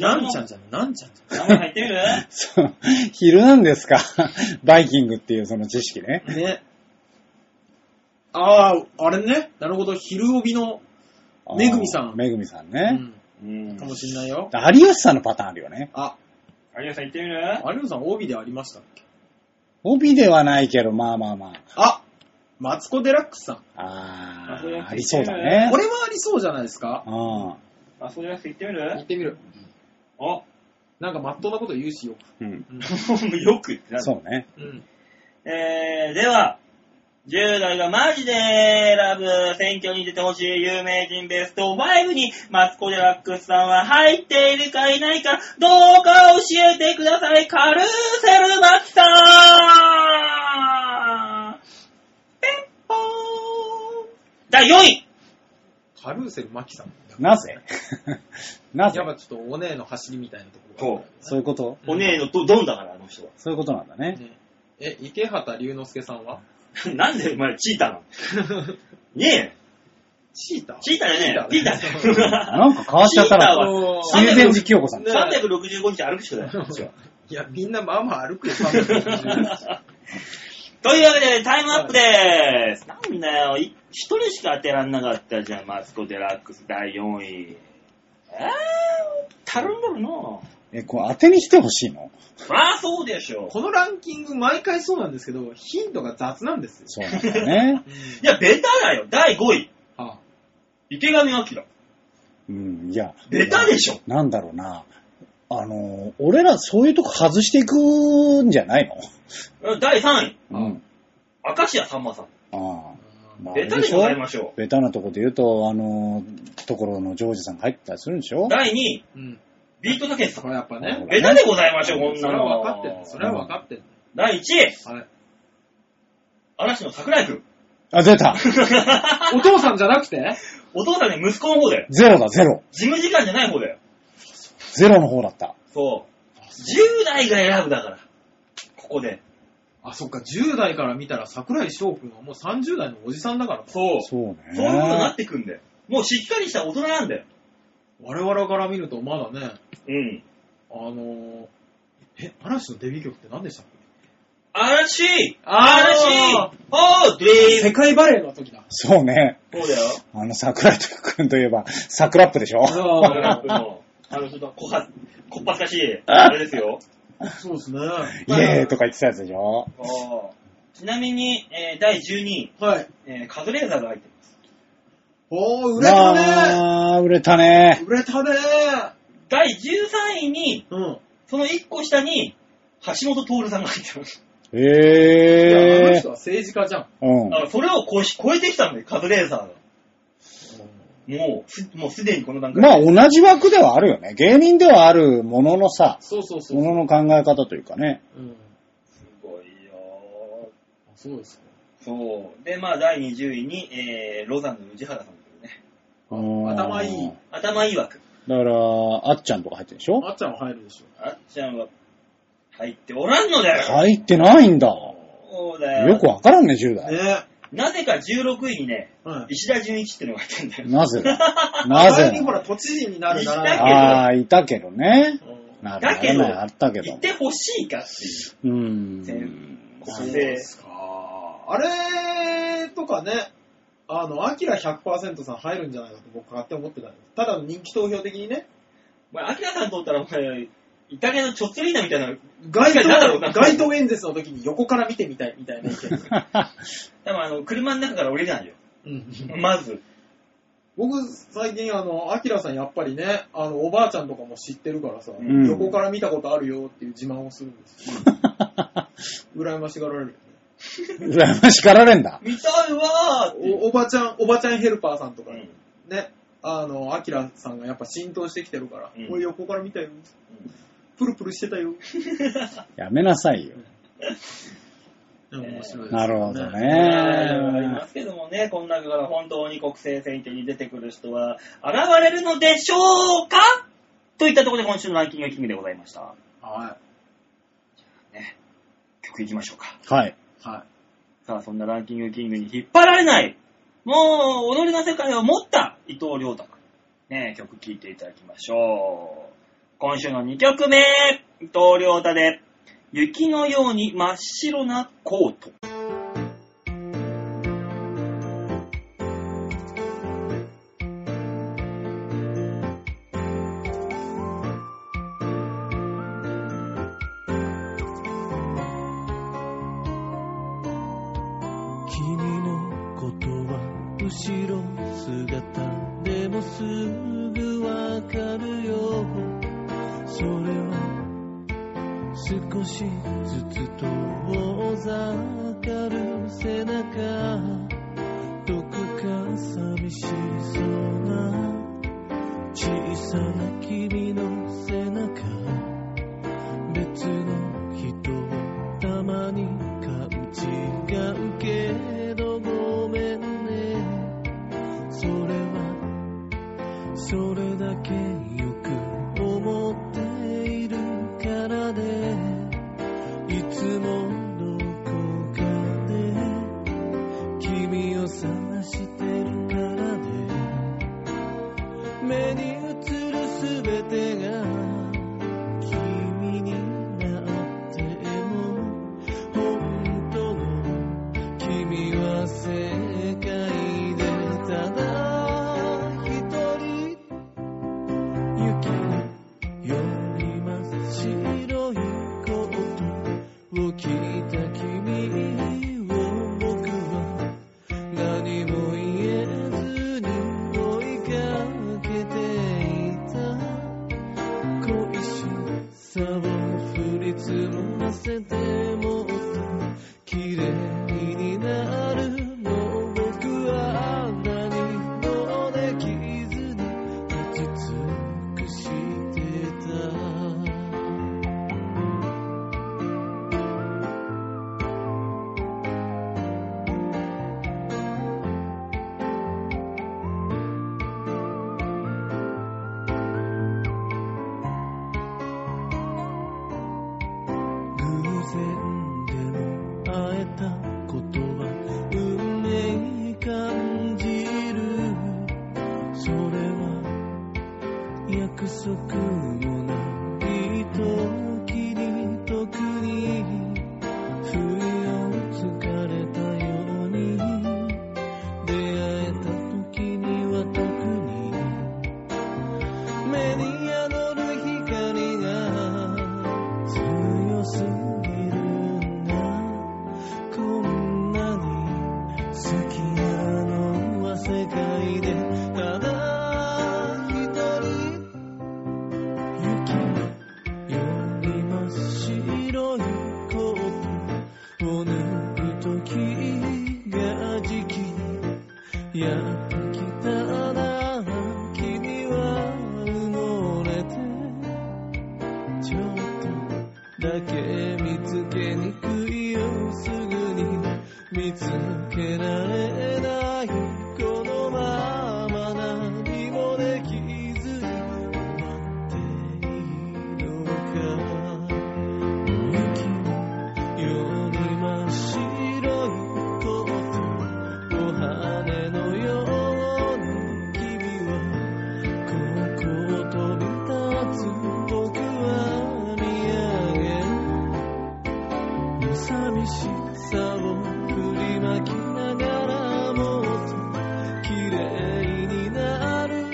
A: なんちゃんじゃん、なんちゃんじ
B: 中上さん言ってみる
C: そう。 [LAUGHS] 昼なんですか [LAUGHS] バイキングっていうその知識ね。
A: ゃん。ね。あー、あれね。なるほど、昼帯の、
C: あー
A: めぐみさん
C: めぐみさん
A: う
C: ね。
A: ん、
B: うん
A: かもしんないよ。
C: 有吉さんのパターンあるよね。
A: あ、
B: 有吉さん言ってみる
A: 有野さん帯でありましたっけ
C: 帯ではないけど、まあまあま
A: あ、
C: あ。
A: マツコデラックスさん。
C: あ
B: あそういうや
C: あ、
B: つ
C: ありそうだね
A: こ。れはありそうじゃないですか
C: あ
B: あ、そうじゃなくて言ってみる
A: ってみる。
B: お [LAUGHS]
A: なんかまっとうなこと言うしよ。
C: ーうん。
B: よく言ってなる
C: そうね。
A: うん。
B: えー、では、10代がマジで選ぶ選挙に出てほしい有名人ベスト5にマツコ・デラックスさんは入っているかいないかどうか教えてくださいカルーセル・マキさんペンポーン第4位
A: カルーセル・マキさん。
C: なぜ [LAUGHS] なぜ
A: やっぱちょっとお姉の走りみたいなところがあるんだよね。
C: そういうこと
B: お姉のドドンだから、あの人は。 [LAUGHS]
C: そういうことなんだね。
A: ねえ、池畑龍之介さ [LAUGHS] んは
B: なんでお前チーターなのね
A: チーター
B: え、チーターじゃねえ、チ
A: チー
B: ー
A: タ
B: タ
A: ー
B: ーだよ。
C: なんかかわしちゃった
B: チーター
C: ら、
B: は
A: あの
C: 水前寺清子さん。
A: ね
B: 365日歩く人だよ。
A: ーいや、みんなまあまあ歩くよ、360
B: [LAUGHS]
A: [LAUGHS]
B: というわけで、タイムアップでーす。なんだよ、い一人しか当てらんなかったじゃん、マツコ・デラックス第4位。えー、たるんどるの
C: え、こう当てに来てほしいの
B: そらそうでしょ。
A: このランキング毎回そうなんですけど、ヒントが雑なんですよ。
C: そうなんだよね。
B: いや、ベタだよ、第5位。
A: あ
B: 池上彰。
C: うん、いや。
B: ベタでしょ。
C: なんだろうな。あの、俺らそういうとこ外していくんじゃないの
B: 第3位、
C: うん。
B: 明石家さんまさん。
C: ああ。まあ
B: ベタでございま
C: し
B: しょ
C: ベタなとこで言うと、あの、ところのジョージさんが入ってたりするんでしょ
B: う。第2位、
A: うん。
B: ビートたけしさ
A: こ
B: ん。
A: れやっぱね。
B: ベタでございましょう、こん
A: そ
B: な
A: れ
B: の。
A: は分かってる。それは分かってる。
B: 第1位、
A: はい。
B: 嵐の桜井くん。
C: あ、出た
A: お父さんじゃなくて
B: お父さんね、息子の方だよ。
C: ゼロだ、ゼロ。
B: 事務次官じゃない方だよ。
C: ゼロの方だった。
B: そう。10代が選ぶだから。ここで。
A: あ、そっか、10代から見たら桜井翔くんはもう30代のおじさんだから。
B: そう。そ
C: そうね。
B: ういうことになってくんだよ。もうしっかりした大人なんだよ。
A: 我々から見るとまだね、
B: うん。
A: あのー、え、嵐のデビュー曲って何でしたっけ
B: 嵐
A: あ
B: 嵐
A: ー
B: おードリー
A: 世
B: ム
A: 界バレーの時
C: [LAUGHS]
A: だ。
C: そうね。
B: そうだよ。
C: あの、桜井くんといえば、桜ップでしょ
A: あ
B: あの、ちょっと、こは、こっぱずかしい。あれですよ。
A: ーそうですね。
C: イエーイとか言ってたやつでしょ
B: あーちなみに、えー第12位、
A: はい。
B: えーカズレーザーが入ってます。
A: おー、売れたね
C: あー、売れたね。
A: 売れたね
B: 第13位に、
A: うん。
B: その1個下に、橋本徹さんが入ってます。
A: いやあの
C: え
A: 人は政治家じゃん。
C: ー。うん。
B: あそれを超え超えてきたんだよ、カズレーザーが。もうす、もうすでにこの段階で。
C: まあ、同じ枠ではあるよね。芸人ではあるもののさ、
A: そうそうそう。
C: ものの考え方というかね。
A: うん。
B: すごいよ
A: あそうですか。
B: ーそう。で、まあ、第20位に、えー、ロザンの宇治原さんというね。
C: うん
A: 頭いい。
B: 頭いい枠。
C: だから、あっちゃんとか入ってるでしょ
A: あっちゃんは入るでしょ。
B: あっちゃんは、入っておらんのだよ。
C: 入ってないんだ。よ
B: そうだよ。
C: くわからんね、10代。
A: ね
B: なぜか16位にね、
A: うん。
B: 石田純一ってのが入ってんだよ。
C: なぜだなぜ
A: 前にほら、都知事になるな
B: だけ
A: ら。
B: ど
C: ああー、いたけどね。
A: うん
C: なる
B: だ
C: ほ
B: け
C: ど
B: ど
C: ね。あったけ
B: 行
C: ど
B: っ。てほしいかっていう全
C: ん。
B: そう
A: で
B: です
A: か。あれとかね、あの、アキラ100%さん入るんじゃないかと僕勝手に思ってたんです。ただの人気投票的にね、
B: お前、アキラさんとったら、お前、イタリアのチョッツリーナみたいな。確
A: 街
B: かになんだろ
A: 頭
B: うな
A: 街頭演説の時に横から見てみたいみたいな意見。 [LAUGHS]
B: 多分あの、車の中から降りれないよ。
A: うん
B: まず。
A: 僕、最近、あの、アキラさんやっぱりね、あの、おばあちゃんとかも知ってるからさ、
C: ん
A: 横から見たことあるよっていう自慢をするんですよ。羨ましがられる。
C: [LAUGHS] 羨ましかられんだ。
B: 見たいわーっていう
A: おおばちゃん、おばちゃんヘルパーさんとか
B: う
A: ね、
B: ん
A: ね、あの、アキラさんがやっぱ浸透してきてるから、
B: うん
A: 俺横から見たよ。プルプルしてたよ。
C: やめなさいよ。
A: でも面白いですよ
C: なるほどね。
B: ありますけどもね、こん中から本当に国政選挙に出てくる人は現れるのでしょうかといったところで今週のランキングキングでございました。
A: は
B: 曲いきましょうか。
C: はい。
A: い。は
B: さあ、そんなランキングキングに引っ張られない、もう、踊りの世界を持った伊藤良太君。ねえ、曲聴いていただきましょう。今週の2曲目、伊藤良太で、雪のように真っ白なコート。
D: 君のことは後ろ姿でもすぐわかるよそれは少しずつ遠ざかる背中どこか寂しそうな小さな君の背中別の人をたまに勘違うけどごめんねそれはそれだけよく思っているからでいつもどこかで君を探してるからで目に映るすべてが君になっても本当の君は世界でただ一人雪のように真っ白いコートを着た君を僕は何も言えずに追いかけていた恋しさを降り積ませてもっと綺麗になるの僕は何もできずに立ち尽くしてた偶然でも会えたことは運命感じるそれは約束もない時に特に不意をつかれたように出会えた時には特に目に宿る光が強すぎるんだこんなに好きなのは世界でただ一人雪のように真っ白いコートを抜く時が時期やってきたな君は埋もれてちょっとだけ見つけにくいよすぐに見つけられないこのまま何もできずに待っていいのか雪のように真っ白いコートお羽のように君は高校飛び立つ僕は見上げる寂しさを振りまきながらもっと綺麗になる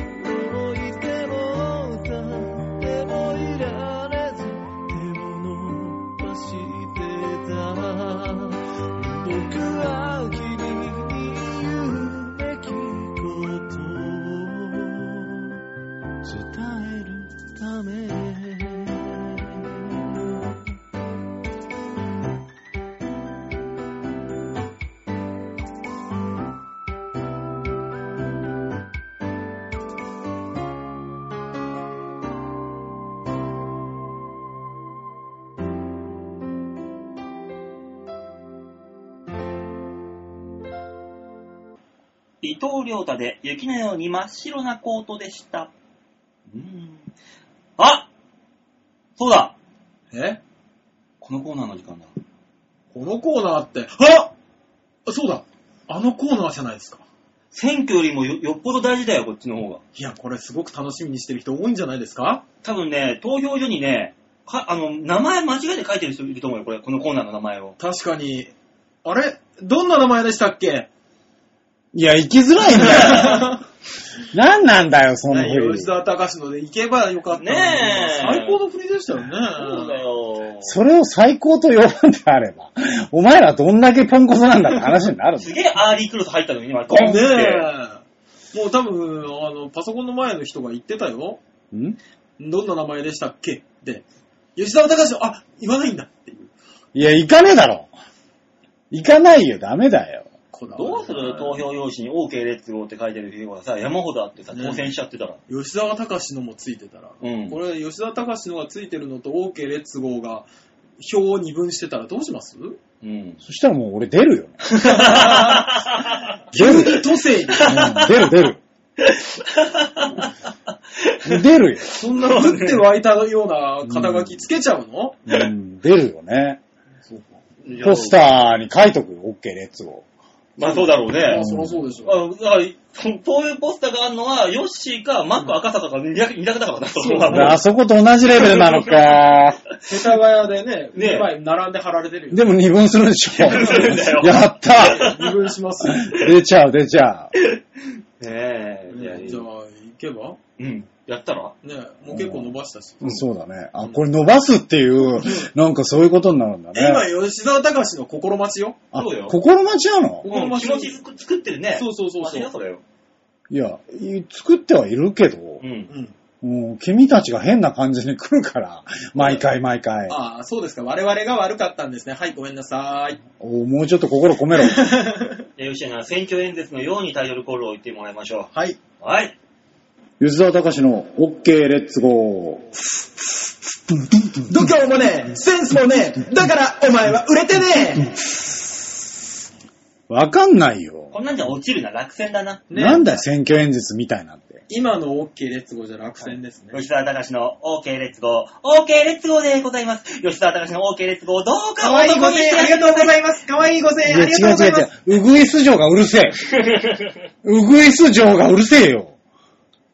D: 置いても立ってもいられず手を伸ばしてた僕は君に言うべきことを伝えるため
B: 伊藤良太で雪のように真っ白なコートでした。うーん。あそうだ
A: え
B: このコーナーの時間だ。
A: このコーナーって、ああそうだあのコーナーじゃないですか。
B: 選挙よりもよよっぽど大事だよ、こっちの方が。
A: いや、これすごく楽しみにしてる人多いんじゃないですか
B: 多分ね、投票所にね、かあの、名前間違えて書いてる人いると思うよ、これ、このコーナーの名前を。
A: 確かに。あれどんな名前でしたっけ
C: いや、行きづらいんだよ。 [LAUGHS] 何なんだよ、そんな
A: ね
C: ふうに
A: 吉。沢隆ので行けばよかったのに
B: ねえ
A: 最高の振りでしたよね。
B: そうだよ。
C: それを最高と呼ばんであれば、お前らどんだけポンコツなんだって話になるんだ
B: す
C: よ
B: げえアーリークロス入ったのに今、ゴンって。
A: ねえ。もう多分、あの、パソコンの前の人が言ってたよ。
C: ん
A: どんな名前でしたっけって。吉沢隆の、あ、言わないんだっていう。
C: いや、行かねえだろ。行かないよ、ダメだよ。
A: こだわり
B: どうする投票用紙に OK レッツゴーって書いてる人がさ、山ほどあってさ、
A: ね
B: 当選しちゃってたら。
A: 吉沢隆のもついてたら。
B: うん
A: これ、吉沢隆のがついてるのと OK レッツゴーが票を二分してたらどうします
B: うん。
C: そしたらもう俺出る [LAUGHS] よ。
A: 急に都政に。
C: うん出る出る。出るよ、
A: そんな降って湧いたような肩書きつけちゃうの、
C: うん。出るよね。
A: そうか。
C: ポスターに書いとくよ、OK、レッツゴ
B: まあそうだろう
A: ま
B: ね
A: あ、。そりゃそうでしょ。
B: あだからそそういうポスターがあるのは、ヨッシーかマック赤坂か二択二択だからな、そこは
C: ー。
B: も
C: あそこと同じレベルなのか。
A: 世田谷でね、
B: ねえ
A: 前並んで貼られてるよ。
C: でも二分するでしょ。
B: るんだよ
C: やった
A: 二分しますよ。
C: 出ちゃう、出ちゃう。
B: う。ね [LAUGHS] え。いやい
A: じ
B: や
A: ゃあ、行けば
B: うん。やったら
A: ねえもう結構伸ばしたし。
C: そうだね。あ、これ伸ばすっていう、なんかそういうことになるんだ
A: え今、
C: ね。
A: 吉沢隆の心待ちよ。
C: あ
B: そうよ、
C: 心待ちなの
A: 心
B: うん気
A: 待ち
B: 持ち作作ってるね。
A: そうそうそう
B: マ
A: そ
B: シだ、
A: う。
B: それよ。
C: いや、い作ってはいるけど
B: う、 [LAUGHS] ん。
A: うん。
C: もう君たちが変な感じに来るから、毎回毎回。
A: ああ、そうですか。我々が悪かったんですね。はい、ごめんなさい。
C: おもうちょっと心込めろ。
B: でヨッシーなら選挙演説のようにタイトルコールを言ってもらいましょ
A: はい。
B: う。はい。
C: 吉沢隆の OK レッツゴー。
A: 度胸もねえ、センスもねえ、だからお前は売れてね
C: わかんないよ。
B: こんなんじゃ落ちるな、落選だな。
A: えねえ
C: なんだよ、選挙演説みたいなんて。
A: 今の OK レッツゴーじゃ落選ですね。
B: 吉沢隆の OK レッツゴー。OK レッツゴーでございます。吉沢隆の OK レッツゴー、どうか
A: かわいいご声援ありがとうございます。かわいいご声
C: い
A: 援あ
C: や、違
A: りがとうご
C: う
A: ざ
C: 違
A: います。
C: う違う。うぐいす城がうる
A: [LAUGHS]
C: せえ。うぐいす城がうるせえよ。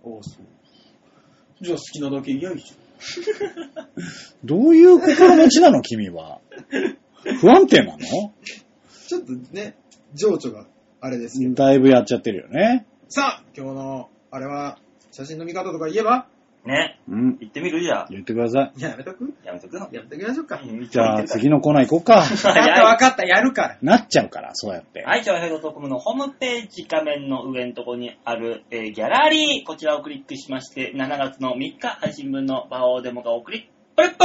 A: おうそうじゃあ好きなだけ嫌いじ
C: どういう心持ちなの、君は。不安定なの
A: ゃん。ちょっとね、情緒があれですけど。
C: だいぶやっちゃってるよね。
A: さあ、今日の、あれは、写真の見方とか言えば
B: ね、
C: うん。
B: 行ってみるじゃあ。
C: 言ってくださ
A: いややめとく
B: やめとくよ。
A: やめときましょうか。わ
C: い。じゃあ、
B: の。
C: 次のコーナー行こ
A: [LAUGHS]
C: うか。
A: かったわかった、やるから。
C: なっちゃうから、そうやって。
B: はい、超平洋 .com のホームページ画面の上のところにある、えーギャラリー、こちらをクリックしまして、7月の3日配信分のバオーデモがお送り、プレップ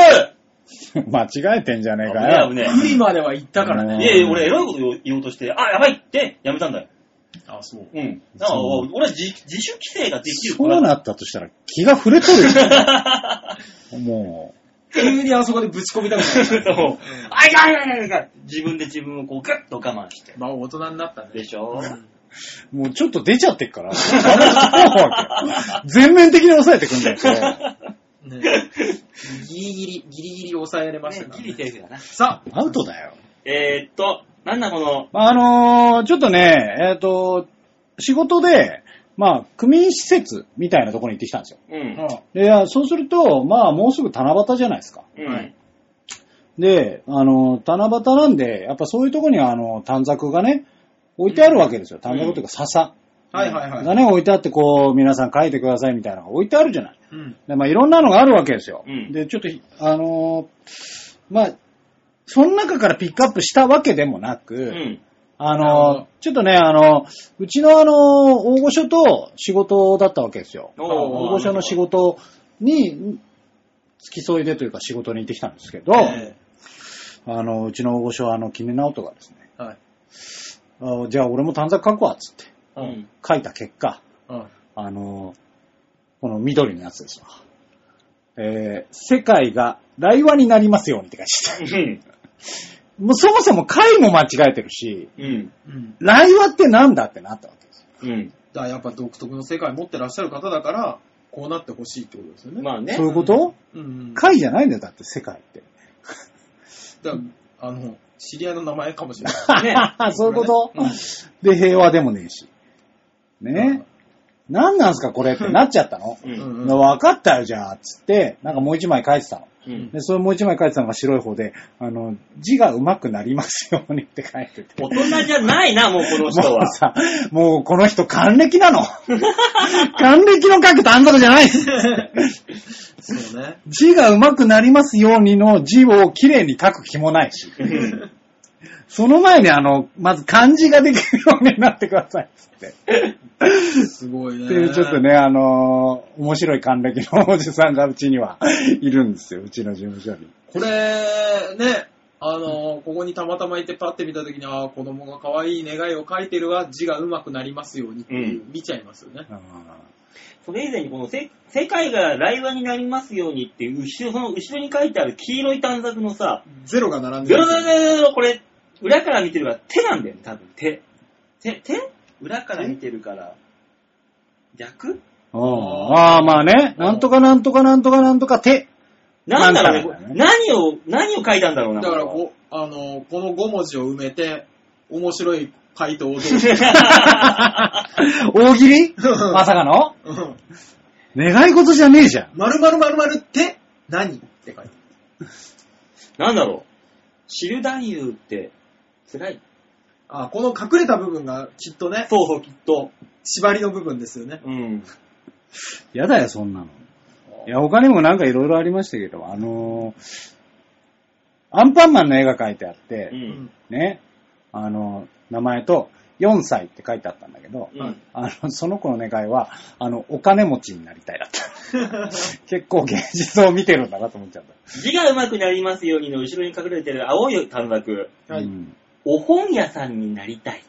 C: 間違えてんじゃねえか
B: 危
C: よ。
B: ねえ
A: グリまでは行ったから
C: う
A: ね。
C: ん
B: いやいや、俺エロいこと言おうとして、あ、やばいって、やめたんだよ。
A: あ、そう。
B: うん。だから、
C: そう
B: 俺は自自主規制ができる
C: そうなったとしたら気が触れとる
A: [LAUGHS]
C: よ。も
A: 急にあそこでぶち込みたくなる。
B: [LAUGHS] そう。あ、いやいやいやいや自分で自分をこう、ガッと我慢して。
A: [LAUGHS] まあ、大人になったね。
B: でしょ
C: う、もうちょっと出ちゃってっから、ダメだわけ。全面的に抑えてくんだよ。
A: ね、ギリギリ、ギリギリ抑えられましたから、
B: ギリ
A: ね。
B: セーフだな。
A: さあ、
C: アウトだよ。
B: えー、っと、なんだこの、
C: まああのーちょっとね、えっ、と、仕事で、まあ、区民施設みたいなところに行ってきたんですよ。
B: うん。
A: も
C: で、そうすると、まあ、もうすぐ七夕じゃないですか。
B: う
A: は
B: ん
A: い。
C: で、あの、七夕なんで、やっぱそういうとこにあの、短冊がね、置いてあるわけですよ。短冊というか笹
A: う、はいはいは
C: が
A: い。
C: ね、置いてあって、こう、皆さん書いてくださいみたいなのが置いてあるじゃない。
A: うん。
C: で、まあ、いろんなのがあるわけですよ。
B: うん
C: で、ちょっとひ、あのーまあ、その中からピックアップしたわけでもなく、
B: うん。
A: な
C: あ
A: るほ
C: の
A: ど、
C: ちょっとね、あの、うちのあの、大御所と仕事だったわけですよ。
B: おー
C: 大御所の仕事に、付き添いでというか仕事に行ってきたんですけど、
A: え
C: あの、うちの大御所はあの、絹直人がですね、
A: えはい。
C: あじゃあ俺も短冊書くわ、つって
B: うん。
C: 書いた結果、
A: うん。
C: あの、この緑のやつですわ。えー、世界が来話になりますようにって書いてある
B: うん。
C: もうそもそも回も間違えてるし、
B: うん。
A: うん。
C: 来話ってなんだってなったわけですよ。
B: うん。
A: だからやっぱ独特の世界持ってらっしゃる方だから、こうなってほしいってことですよね。
B: まあね
C: そう。いうこと
A: うんうん。だか
C: 貝じゃないんだよ、だって世界って。
A: らあの、知り合いの名前かもしれない。
B: ね
C: [LAUGHS]
A: [LAUGHS]
C: そういうこと、
A: うん
C: で、平和でもねえし。ね、なん、何なんすかこれってなっちゃったの、
B: う。
A: うん [LAUGHS] んうん
C: 分かったよ、じゃあ、つって、なんかもう一枚書いてたの。
B: うん。
C: で、それもう一枚書いてたのが白い方で、あの、字が上手くなりますようにって書いてて。
B: 大人じゃないな、もうこの人
C: もう
B: は。
C: さ、もうこの人還暦
B: [LAUGHS]
C: なの。還暦の書く短冊じゃないです。
A: そうね。 [LAUGHS]
C: 字が上手くなりますようにの字をきれいに書く気もないし。
B: うん
C: その前にあの、まず漢字ができるようになってくださいっつって。
A: すごいね。
C: っていうちょっと。ね、あのー面白い還暦のおじさんがうちにはいるんですよ、うちの事務所に。
A: これ、ね、あの、ここにたまたまいてパッて見たときに、ああ、子供が可愛い願いを書いてるわ、字が上手くなりますようにっていう、
B: う
A: 見ちゃいますよね。
C: うん
B: それ以前にこのせ世界がライバになりますようにっていう、後ろ、その後ろに書いてある黄色い短冊のさ、
A: ゼロが並んで
B: ゼロ
A: る。
B: ゼロゼロゼロこれ、裏から見てるから手なんだよね、多分手。手、手裏から見てるから、逆
C: うんああ、まあね、なんとかなんとかなんとかなんとか
B: [LAUGHS]
C: 手。
B: なんだろ
C: なん
B: う
C: か
B: ね、何を、何を書いたんだろうな。
A: だから
B: こ
A: こ、あの、この5文字を埋めて、面白い回答をどうぞ
C: [LAUGHS] 大喜利まさかの
A: うん
C: 願い事じゃねえじゃん。
A: 〇〇〇〇って何って書いて
B: れなんだろう。知る男優って、辛い。
A: あ、この隠れた部分がきっとね、
B: そうそう、きっと。
A: 縛りの部分ですよね。
B: うん。
C: やだよ、そんなの。いや、他にもなんかいろいろありましたけど、あのーアンパンマンの絵が描いてあっ
B: う
C: て、
B: ん。
C: ね、あのー名前と、4歳って書いてあったんだけど、
B: うん。
C: あの、その子の願いは、あの、お金持ちになりたい
B: [LAUGHS]
C: だった。結構現実を見てるんだなと思っちゃった。
B: 字が上手くなりますようにの後ろに隠れてる青い短冊。
A: はい
C: うん。
B: お本屋さんになりたい。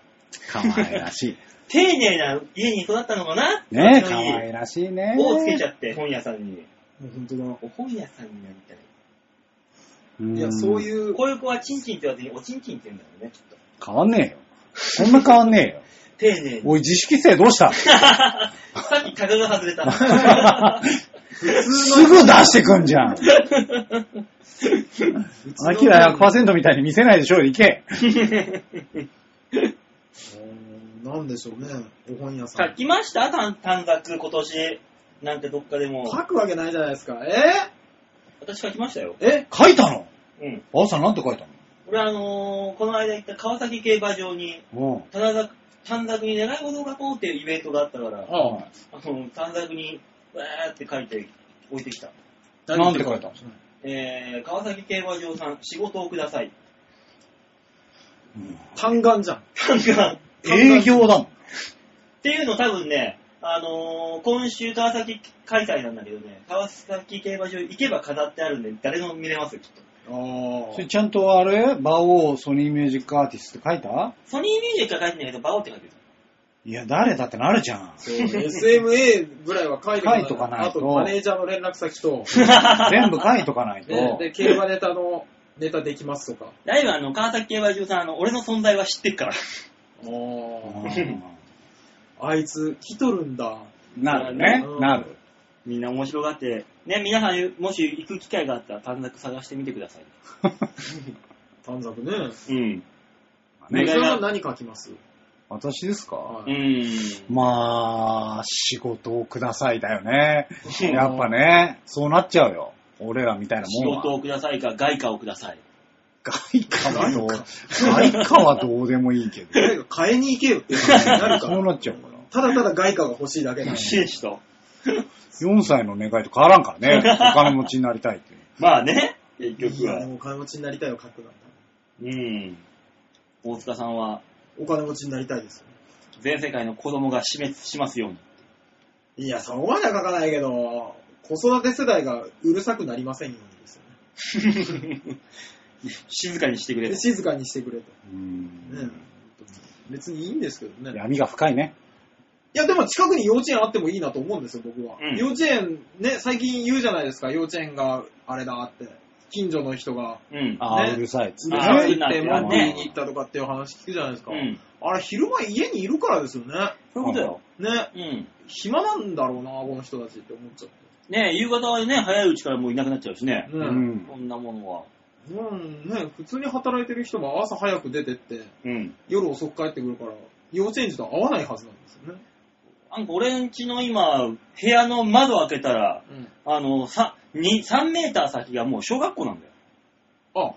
C: かわいらし。
B: 丁寧な家に育ったのかない [LAUGHS]
C: ねえ、か
B: 本当に
C: わいらしいね。
B: をつけちゃって、本屋さんに。
A: もう本当だ。
B: お本屋さんになりたい。
C: うん
A: いや、そういう、
B: こういう子はチンチンって言わずに、おチンチンって言うんだろうね、きっと。
C: 変わんねえよ。そんな変わんね
B: 丁寧
C: えよ。
B: に。
C: おい、自主規制どうした
B: さっきタグが外れ [LAUGHS] た。
C: すぐ出してくんじゃ [LAUGHS] ん。
A: 普通の
C: アキラ100%みたいに見せないでしょ、行け。
A: うんなんでしょうね、お本屋さ
B: 書
A: ん。
B: きました短短冊、今年。なんてどっかでも。
A: 書くわけないじゃないですか。え
B: 私書きましたよ。
A: ーえ
C: 書いたの
B: うん。
C: ばあさんなんて書いた
B: 俺あのー、この間行った川崎競馬場に、
C: の
B: 短冊、短冊に願い事を書こうっていうイベントがあったから、あ
A: ああ、
B: の、短冊に、わーって書いて、置いてきた。
C: なんて書いたの
B: えー、川崎競馬場さん、仕事をください。
C: うん。
A: 単眼じゃん。
B: 短冊。
C: 営業だもん。
B: っていうの多分ね、あのー今週川崎開催なんだけどね、川崎競馬場行けば飾ってあるんで、誰でも見れますよ、きっと。
A: あ
C: それちゃんとあれ馬王ソニーミュージックアーティストって書いた
B: ソニーミュージックは書いてないけど、バオって書いてる。
C: いや、誰だってなるじゃ [LAUGHS] ん。
A: あ。SMA ぐらいは書いて
C: 書いとかないと
A: あと、マネージャーの連絡先と、
C: 全部書いとかないと。
A: ね、で、競馬ネタのネタできますとか。
B: ライブはあの、川崎競馬場さん、あの、俺の存在は知ってるから。
A: あ
C: うん
A: あ、あいつ来とるんだ。
C: なるね
A: う。ん
C: なる。
B: みんな面白がって、ね、皆さん、もし行く機会があったら短冊探してみてください。
A: 短冊ね。
B: うん。
A: ね、
B: ね
A: それは何書きます
C: 私ですか
B: う
A: はい
B: ん。
C: まあ、仕事をくださいだよね。やっぱね、そうなっちゃうよ。俺らみたいな
B: 仕
C: もん
B: 事
C: は。
B: をくださいか、外貨をくだ [LAUGHS] さい。
C: 外貨はどう、外貨はどうでもいいけど。
A: 誰か買いに行けよって話になるか
C: [LAUGHS] そう
A: ら。
C: なっちゃうから。
A: ただただ外貨が欲しいだけだ。
B: 紳士と。
C: 4歳の願いと変わらん [LAUGHS] からね。お金持ちになりたいっていう。
B: まあね、結
A: い
B: 局
A: や
B: は。
A: もうお金持ちになりたいを書くなんだ。
B: うん。大塚さんは、
A: お金持ちになりたいですよ。
B: 全世界の子供が死滅します [LAUGHS] ように。
A: いや、そこまでは書かないけど、子育て世代がうるさくなりませんようにですよ
B: 静かにしてくれ
A: ね。で
B: る。
A: 静かにしてくれと。
C: うん
A: ね、別にいいんですけどね。
C: 闇が深いね。
A: いや、でも近くに幼稚園あってもいいなと思うんですよ、僕は。
B: うん
A: 幼稚園、ね、最近言うじゃないですか、幼稚園があれだって。近所の人が、
B: うん。
C: ああ、
A: ね
C: うるさいっつっ
A: う
C: て
A: る
B: あ
A: さ
B: ー
A: いっ
B: なって
A: て
B: る
A: 文句
B: ね
A: 言いに行ったとかっていう話聞くじゃないですか。
B: うん。
A: あれ、昼間家にいるからですよね。
B: そういうことよ。
A: ね、
B: うん。
A: 暇なんだろうな、この人たちって思っちゃって。
B: ね夕方はね、早いうちからもういなくなっちゃうしね。
C: う
A: ね
C: ん。
B: こんなものは。
A: うんね、普通に働いてる人も朝早く出てって、
B: うん。
A: 夜遅く帰ってくるから、幼稚園児と合わないはずなんですよね。
B: なんか俺んちの今、部屋の窓開けたら、
A: うん、
B: あの、さ、に、3メーター先がもう小学校なんだよ。
A: あ、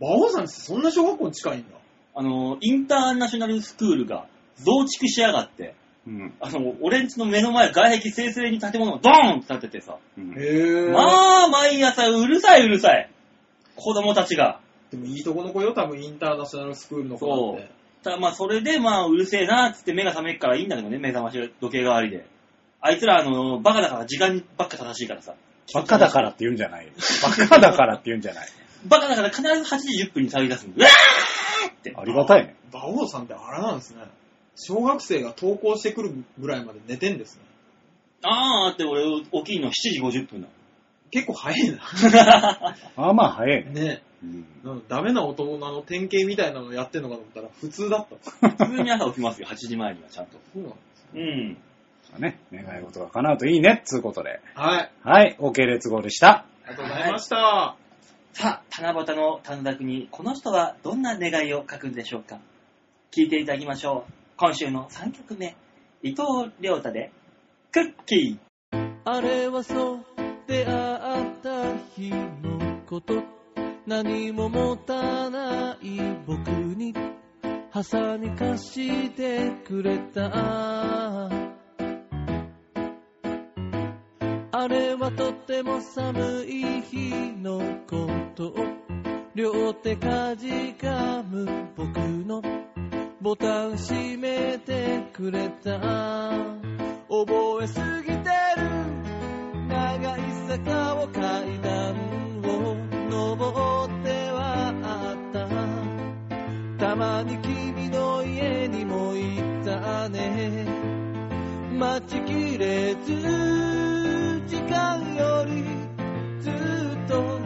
A: 馬王さんってそんな小学校に近いんだ。
B: あの、インターナショナルスクールが増築しやがって、
C: うん。
B: あの、俺んちの目の前、外壁正々に建物をドーンって建ててさ、
C: うん
A: へえ。
B: まあ、毎朝うるさいうるさい。子供たちが。
A: でもいいとこの子よ、多分インターナショナルスクールの子なんて。
B: ただまあ、それでまあ、うるせえな、つって目が覚めるからいいんだけどね、目覚まし時計代わりで。あいつら、あの、バカだから時間ばっか正しいからさ。
C: バカだからって言うんじゃないよ。バカだからって言うんじゃない。
B: バカだから必ず8時10分に騒ぎ出すんだ。うわーって。
C: ありがたいね。
A: 馬王さんってあれなんですね。小学生が登校してくるぐらいまで寝てんですね。
B: あーって俺起きるの7時50分
A: 結構早いな。
B: だ。
C: ああまあ早い
A: [LAUGHS]
C: ね。
A: ね
C: うん
A: なんかダメな大人の典型みたいなのやってんのかと思ったら普通だった。そ
B: 普通に朝起きますよ、8時前にはちゃんと。
A: うなんです
B: うん。
C: ね、願い事が叶うといいね、つうことで。
A: はい。
C: はい、OK 列号でした。
A: ありがとうございました。
B: さあ、七夕の短冊にこの人はどんな願いを書くんでしょうか聞いていただきましょう。今週の3曲目、伊藤亮太で、クッキ
D: あれはそう出会った日のこと何も持たない僕にハサミ貸してくれたあれはとても寒い日のことを両手かじかむ僕のボタン閉めてくれた覚えすぎてる長い坂を階段を登ってはあったたまに君の家にも行ったね待ちきれず時間よりずっと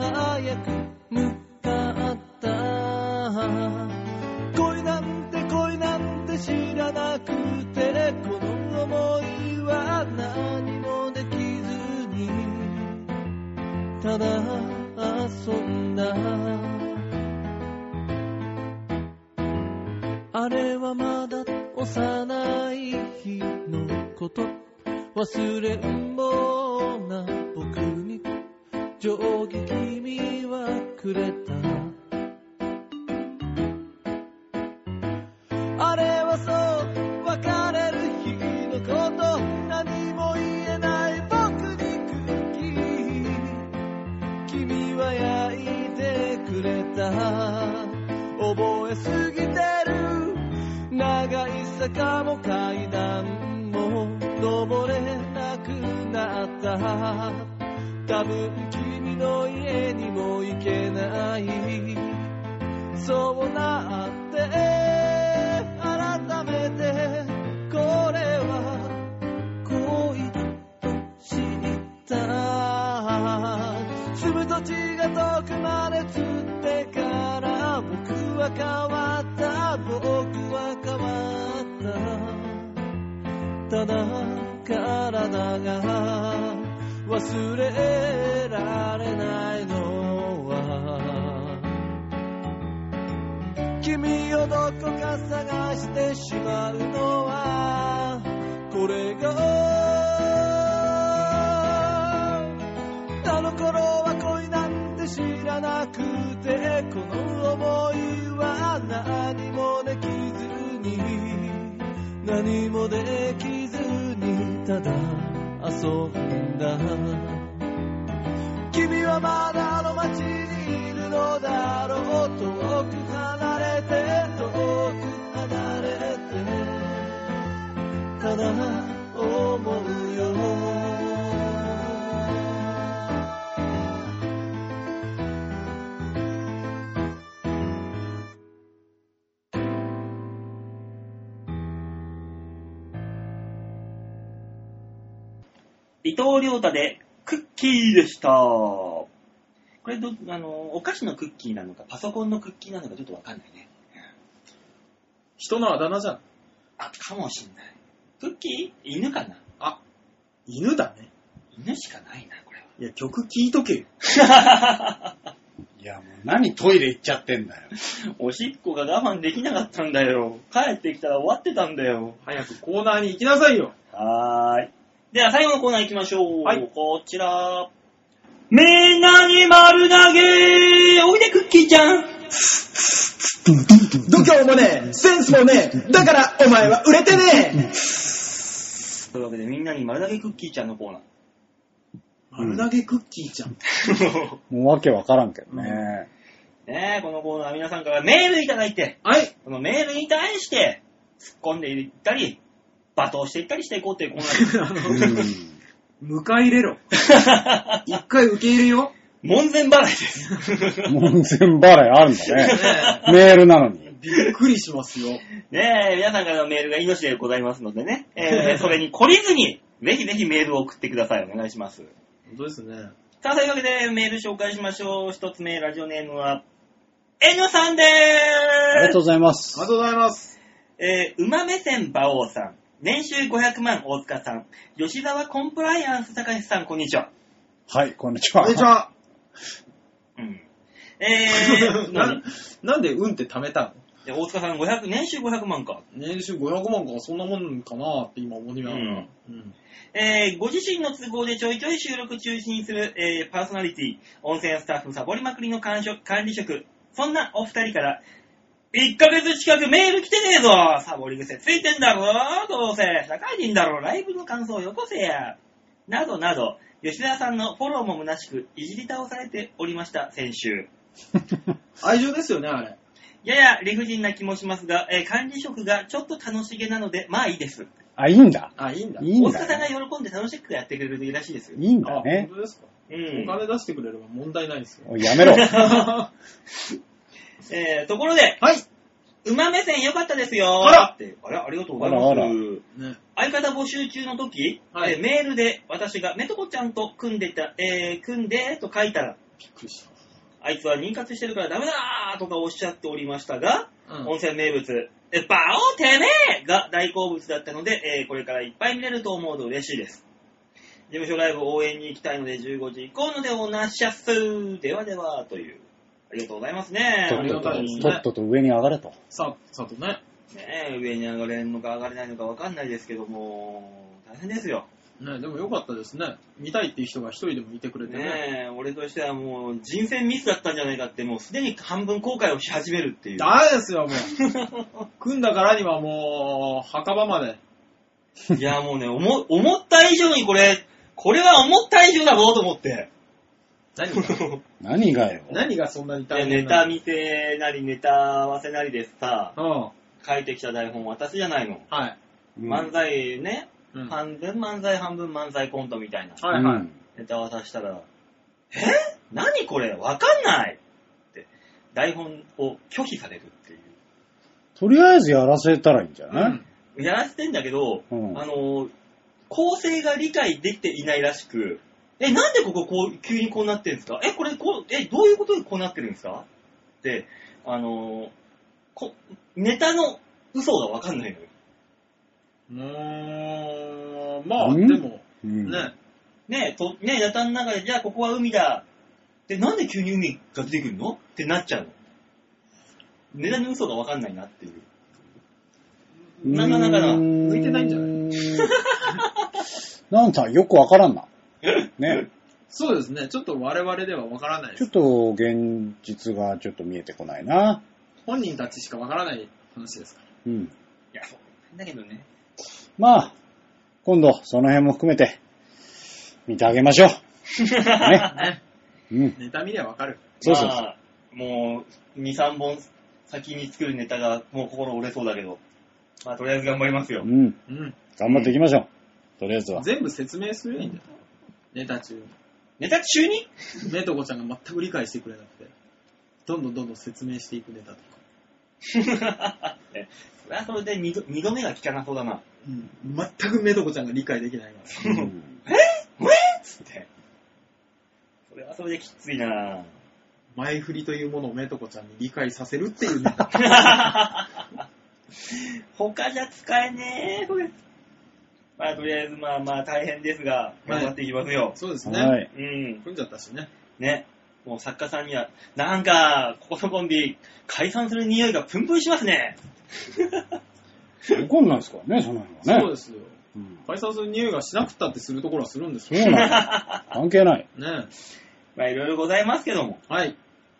D: 早く向かった恋なんて恋なんて知らなくてこの想いは何もできずにただ遊んだあれはまだ幼い日のこと忘れんぼうな僕に定規君はくれたあれはそう別れる日のこと何も言えない僕に空気君は焼いてくれた覚えすぎてる長い坂も階段も登れなくなった多分君の家にも行けないそうなって改めてこれは恋と知った住む土地が遠くまでつってから僕は変わった僕は変わったただ体が忘れられないのは君をどこか探してしまうのはこれがあの頃は恋なんて知らなくてこの想いは何もできずに何もできずにただ遊んだ君はまだあの街にいるのだろう遠く離れて遠く離れてただ思うよ
B: ー伊藤亮太で、クッキーでした。これど、あの、お菓子のクッキーなのか、パソコンのクッキーなのかちょっとわかんないね。
A: 人のあだ名じゃん。
B: あ、かもしんない。クッキー犬かな
A: 犬だね。
B: 犬しかないな、これ
A: いや、曲聴いとけよ。
B: は。
C: いや、もう何トイレ行っちゃってんだよ。
B: おしっこが我慢できなかったんだよ。帰ってきたら終わってたんだよ。
A: 早くコーナーに行きなさいよ。
B: はーい。では最後のコーナー行きましょう。
A: はい
B: こちら。みんなに丸投げおいでクッキーちゃん
A: 度胸もねえ、センスもねえ、だからお前は売れてねえ。
B: というわけでみんなに丸投げクッキーちゃんのコーナー。
A: 丸投げクッキーちゃん。
C: もうわけわからんけどね。
B: [LAUGHS] ねえ、このコーナーは皆さんからメールいただいて、
A: はい。
B: このメールに対して突っ込んでいったり、罵倒していったりしていこうというコーナーです。 [LAUGHS]
A: あの
C: うん。
A: 迎え入れろ。一回受け入れよ。
B: 門前払い [LAUGHS] です。
C: 門前払いあるんだね。
A: ね
C: メールなのに。
A: びっくりしますよ。
B: ねえ、皆さんからのメールが命でございますのでね、 [LAUGHS] えーそれに懲りずに、ぜひぜひメールを送ってください。お願いします。
A: 本当ですね。
B: さあ、というわけでメール紹介しましょう。一つ目、ラジオネームは、N さんで
C: ありがと
B: ーす。
C: うございま
A: [LAUGHS]
C: す
A: ありが。とうございます。
B: えー、馬目線馬王さん、年収500万大塚さん、吉沢コンプライアンス高橋さん、こんにちは。
C: はい、こんにち
A: こ
C: は。
A: んにちは。
B: うん。えー、
C: [LAUGHS]
A: な
B: 何
A: なんで運って貯めたの
B: で大塚さん500、年収500万か。
A: 年収500万かそんなもんかなって今思いながら。うん。
B: えー、ご自身の都合でちょいちょい収録中止にする、えー、パーソナリティ、温泉スタッフサボりまくりの管職管理職、そんなお二人から、1ヶ月近くメール来てねえぞサボり癖ついてんだろどうせ社会人だろライブの感想をよこせやなどなど、吉田さんのフォローも虚しく、いじり倒されておりました、先週。
A: 愛情ですよね、あれ。
B: やや理不尽な気もしますが、えー管理職がちょっと楽しげなので、まあいいです。
C: あ、いいんだ。
A: あ、いいんだ。
C: いいん
B: 大塚さん
C: だ
B: が
C: ね。
B: 喜んで楽しくやってくれるらしいですよ。
C: いいん
A: あ、
C: だ
A: 本
C: ね。
A: 当ですか。
B: う
A: お金出してくれれば問題ないですよ。
C: おいや
A: [LAUGHS]
C: めろ。
B: えー、ところで、
A: はい。
B: 馬目線良かったですよ
A: あら
B: ってあれありがとうございます。
C: あらあら
A: ね。
B: 相方募集中の時、
A: はい
B: えーメールで私がメトコちゃんと組んでた、えー、組んでと書いたら、
A: びっくりし
B: あいつは妊活してるからダメだーとかおっしゃっておりましたが、
A: た。うん。
B: 温泉名物、えバオてめえが大好物だったので、えーこれからいっぱい見れると思うと嬉しいです。事務所ライブ応援に行きたいので15時以降のでおなしゃっすではでは、という。ありがとうございますね。
C: と
A: あ
C: っ
A: りが
C: と
A: たいですね
C: と、とっとと上に上がれと。
A: さ、さとね。
B: ねえ、上に上がれるのか上がれないのか分かんないですけども、大変ですよ。
A: ね、でもよかったですね。見たいっていう人が一人でもいてくれてね。
B: ねえ、俺としてはもう人選ミスだったんじゃないかって、もうすでに半分後悔をし始めるっていう。
A: ダメですよ、もう。組んだからにはもう、墓場まで。
B: いや、もうね、思、思った以上にこれ、これは思った以上だぞと思って。
A: 何
B: [LAUGHS] い
A: が
C: 何がよ。
A: 何がそんなに
B: や
A: 大
B: ネ
A: 変
B: タ
A: なの
B: 見せなり、ネタ合わせなりでさ、
A: うん。
B: 書いてきた台本私じゃないの。
A: はい。
C: うん
B: 漫才ね、
A: うんは
B: 半分漫才、半分漫才コントみたいない
A: は
C: う
A: い。
C: ん
B: ネタ渡したら、え何これわかんないって、台本を拒否されるってい
C: とりあえずやらせたらいいんじゃ
A: う
C: ない
A: ん。
B: う。やらせてんだけど、
C: うん
B: あの、構成が理解できていないらしく、え、なんでこここう、急にこうなってるんですかえ、これこう、え、どういうことでこうなってるんですかって、あの、こネタの嘘がわかんないのよ。
A: もう、まあ、
C: うん
A: でも、
C: うん
A: ね。
B: ねえ、と、ねえ、ネタの中で、じゃあここは海だ。で、なんで急に海が出てくるのってなっちゃうの。ネタの嘘がわかんないなっていう。なかなかな
C: 向
A: 向いてないんじゃない
C: なんさ、よくわからん
A: [LAUGHS]
C: な。ね。
A: そうですね。ちょっと我々ではわからないで
C: ちょっ
A: す。
C: と現実がちょっと見えてこないな。
A: 本人たちしかわからない話ですか
C: うん。
B: いや、そう。だけどね。
C: まあ、今度、その辺も含めて、見てあげましょう。ね。
A: ら。 [LAUGHS] ね。
C: うん。
A: ネタ見りゃわかる。
C: そうそうそう
B: まあ、もう、2、3本先に作るネタが、もう心折れそうだけど。まあ、とりあえず頑張りますよ [LAUGHS]
C: う。ん。
A: うん。
C: 頑張っていきましょう。とりあえずは。
A: 全部説明するんだよ。ネタ中に。
B: ネタ中に
A: メトコちゃんが全く理解してくれなくて、どんどんどんどん説明していくネタとか。
B: えそれはそれで2度二度目が効かなそうだな。
A: うん。全くメトコちゃんが理解できないから。
C: うん
B: つって。それはそれれきついな
A: 前振りというものをメトコちゃんに理解させるっていう
C: [LAUGHS]
A: ネ
B: [LAUGHS]
A: タ
B: 他じゃ使えねえ、これ。まあ、とりあえず、まあまあ、大変ですが、頑張っていきますよ。
A: そうですね。
C: はい。
B: うん。
A: 組んじゃったしね。
B: ね。もう作家さんには、なんか、ここのコンビ、解散する匂いがプンプンしますね。
C: 怒んないですからね、その辺は
A: そう
C: ね。
A: ですよ。
C: うん
A: 解散する匂いがしなくたってするところはするんです
C: そう
A: よ。
C: なん
A: [LAUGHS]
C: です。関係ない。
A: ね
B: まあ、いろいろございますけども、
A: はい。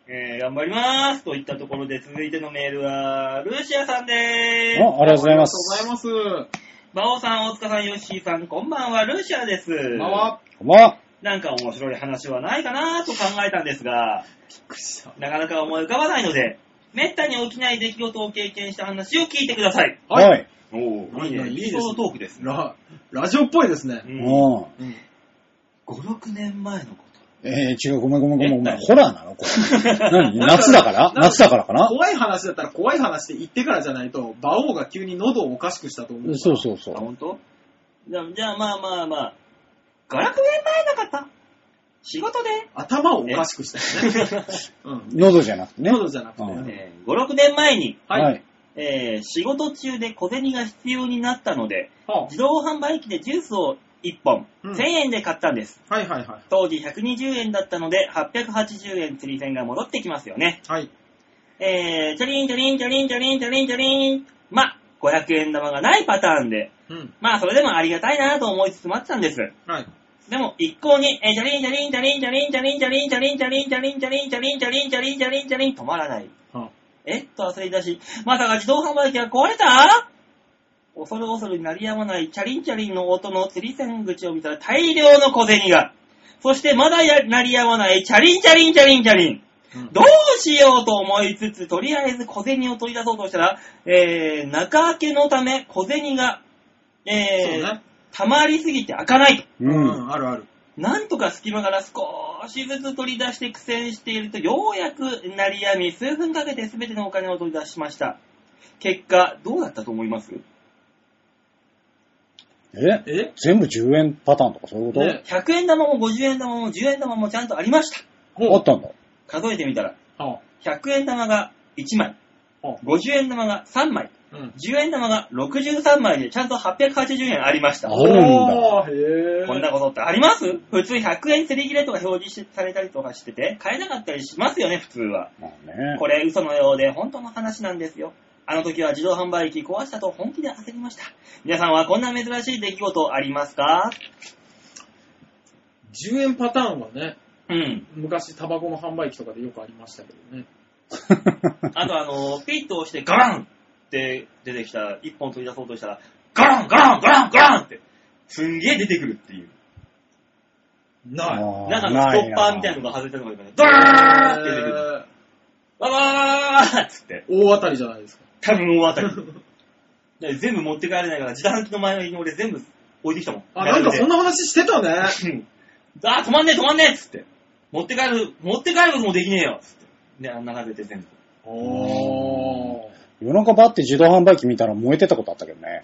B: えー、頑張りますといったところで、続いてのメールは、ルーシアさんでーす。
C: あありがとうございます。
A: ありがとうございます。
B: バオさん、大塚さん、ヨッシーさん、こんばんは、ルーシアです。
A: まわ。
C: こんばんは。
B: なんか面白い話はないかなと考えたんですが、
A: くした。
B: なかなか思い浮かばないので、めったに起きない出来事を経験した話を聞いてください。
A: はい
C: はい。
B: おお
A: いいね
B: いい
A: い
B: で
A: いです
B: ね。理
A: すね
B: 想トークですね。
A: ラ、ラジオっぽいですね。
B: う、
C: うんん。
A: うん。
B: 5、6年前のこ
C: えー、違う、ごめんごめんごめん。お前、
B: え
C: ホラーなのこれ。何
A: なんか
C: 夏だから
A: [LAUGHS] なんか
C: 夏だからかな
A: 怖い話だったら怖い話で言ってからじゃないと、馬王が急に喉をおかしくしたと思う。
C: そうそうそ
B: と。あ、
C: う。
B: 本当？じゃあ、じゃあまあまあまあ、5、6年前の方、仕事で、
A: 頭をおかしくしたよね。
B: [LAUGHS]
A: うん。
C: 喉じゃなくてね。
A: 喉じゃなくて
C: うん
A: ね。
B: えー5、6年前に、
A: はい。
C: はい。
B: えー仕事中で小銭が必要になったので、
A: は
B: 自動販売機でジュースを1本、
A: うん
B: 1000円で買ったんです。
A: あはいはいはい。
B: 当時120円だったので、880円釣り銭が戻ってきますよね。
A: はい。
B: えー、チョリンチョリンチョリンチョリンチョリンチョリン。まあ、500円玉がないパターンで、
A: うん。
B: まあ、それでもありがたいなと思いつつ待ってたんです。
A: はい。
B: でも、一向に、えー、チョリンチョリンチョリンチョリンチョリンチョリンチョリンチョリンチョリンチョリンチョリンチョリンチョリンチョリンチョリン止まらない。
A: は
B: えっと焦り出し、まさか自動販売機が壊れた恐る恐る鳴りやまないチャリンチャリンの音の釣り線口を見たら大量の小銭が。そしてまだや鳴りやまないチャリンチャリンチャリンチャリン。
A: うん
B: どうしようと思いつつ、とりあえず小銭を取り出そうとしたら、えー、中開けのため小銭が、
A: そう
B: えー、
A: ね。
B: 溜まりすぎて開かないと。
C: う。
A: うんん、あるある。
B: なんとか隙間から少しずつ取り出して苦戦していると、ようやく鳴りやみ、数分かけて全てのお金を取り出しました。結果、どうだったと思います
C: え
A: え
C: 全部10円パターンとかそういうこと、
A: ね
B: ?100 円玉も50円玉も10円玉もちゃんとありました。
C: あったんだ。
B: 数えてみたら、
A: は
B: 100円玉が1枚、
A: あ
B: 50円玉が3枚、
A: あうん。
B: 10円玉が63枚でちゃんと880円ありました。
C: あるんだ。
A: おーへー。
B: こんなことってあります普通100円セリ切れとか表示されたりとかしてて、買えなかったりしますよね、普通は。
C: まあね。
B: これ嘘のようで本当の話なんですよ。あの時は自動販売機壊したと本気で焦りました。皆さんはこんな珍しい出来事ありますか
A: 10円パターンはね、
B: うん。
A: 昔タバコの販売機とかでよくありましたけどね。
B: あとあの、ピッと押してガランって出てきた、一本取り出そうとしたら、ガランガランガランガランって、すんげえ出てくるっていう。
A: ない。
C: あー
B: なんかストッパーみたいなの
C: な
B: が外れたのが今ね、ドーンって出てくる。
A: えー
B: わわわわーっつって、
A: 大当たりじゃないですか。
B: 多分大当たり。 [LAUGHS] で全部持って帰れないから、自販機の前に俺全部置いてきたもん。
A: あ、なんかそんな話してたね。
B: うん [LAUGHS] あー、止まんねえ、止まんねえっつって。持って帰る、持って帰ることもできねえよっつって。で、あんな感じで全部。
A: おー。
C: 夜中バッて自動販売機見たら燃えてたことあったけどね。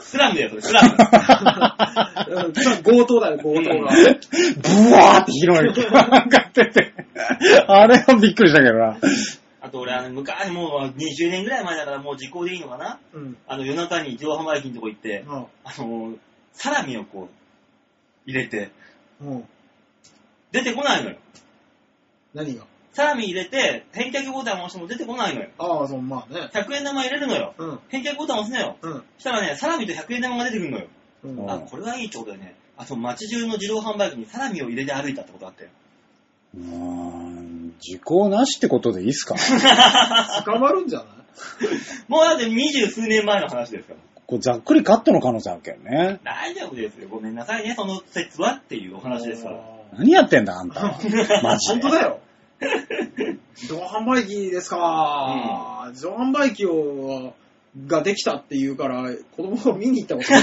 B: スラムだよ、それ、スラ
A: [LAUGHS]
B: ム。
A: うん強盗だよ、強盗が。
C: ブワーって広いのが上がってて。あれはびっくりしたけどな。
B: あと俺、あの、昔、もう20年ぐらい前だからもう時効でいいのかな
A: うん。
B: あの、夜中に自動販売機のとこ行って、
A: あ
B: あの、サラミをこう、入れて、
A: うん。
B: 出てこないのよ。
A: 何が
B: サラミ入れて、返却ボタン押しても出てこないのよ。
A: ああ、そう、まあね。
B: 100円玉入れるのよ。
A: うん。
B: 返却ボタン押すのよ。
A: うん。
B: したらね、サラミと100円玉が出てくるのよ。
A: うん。
B: あ、これはいいってことだよね。あ、そう、街中の自動販売機にサラミを入れて歩いたってことあったよ。
C: うーん、時効なしってことでいいっすか
A: 捕まるんじゃない
B: もうだって二十数年前の話ですから。
C: こうざっくりカットの可能性あるけどね。
B: 大丈夫ですよ。ごめんなさいね、その説はっていうお話ですから。
A: あ
C: 何やってんだ、あんたは。マ
A: ー
C: ジ
A: 本
C: で。
A: 当
B: [LAUGHS]
A: だよ。自動販売機ですか。自動販売機を、ができたっていうから、子供が見に行ったことない。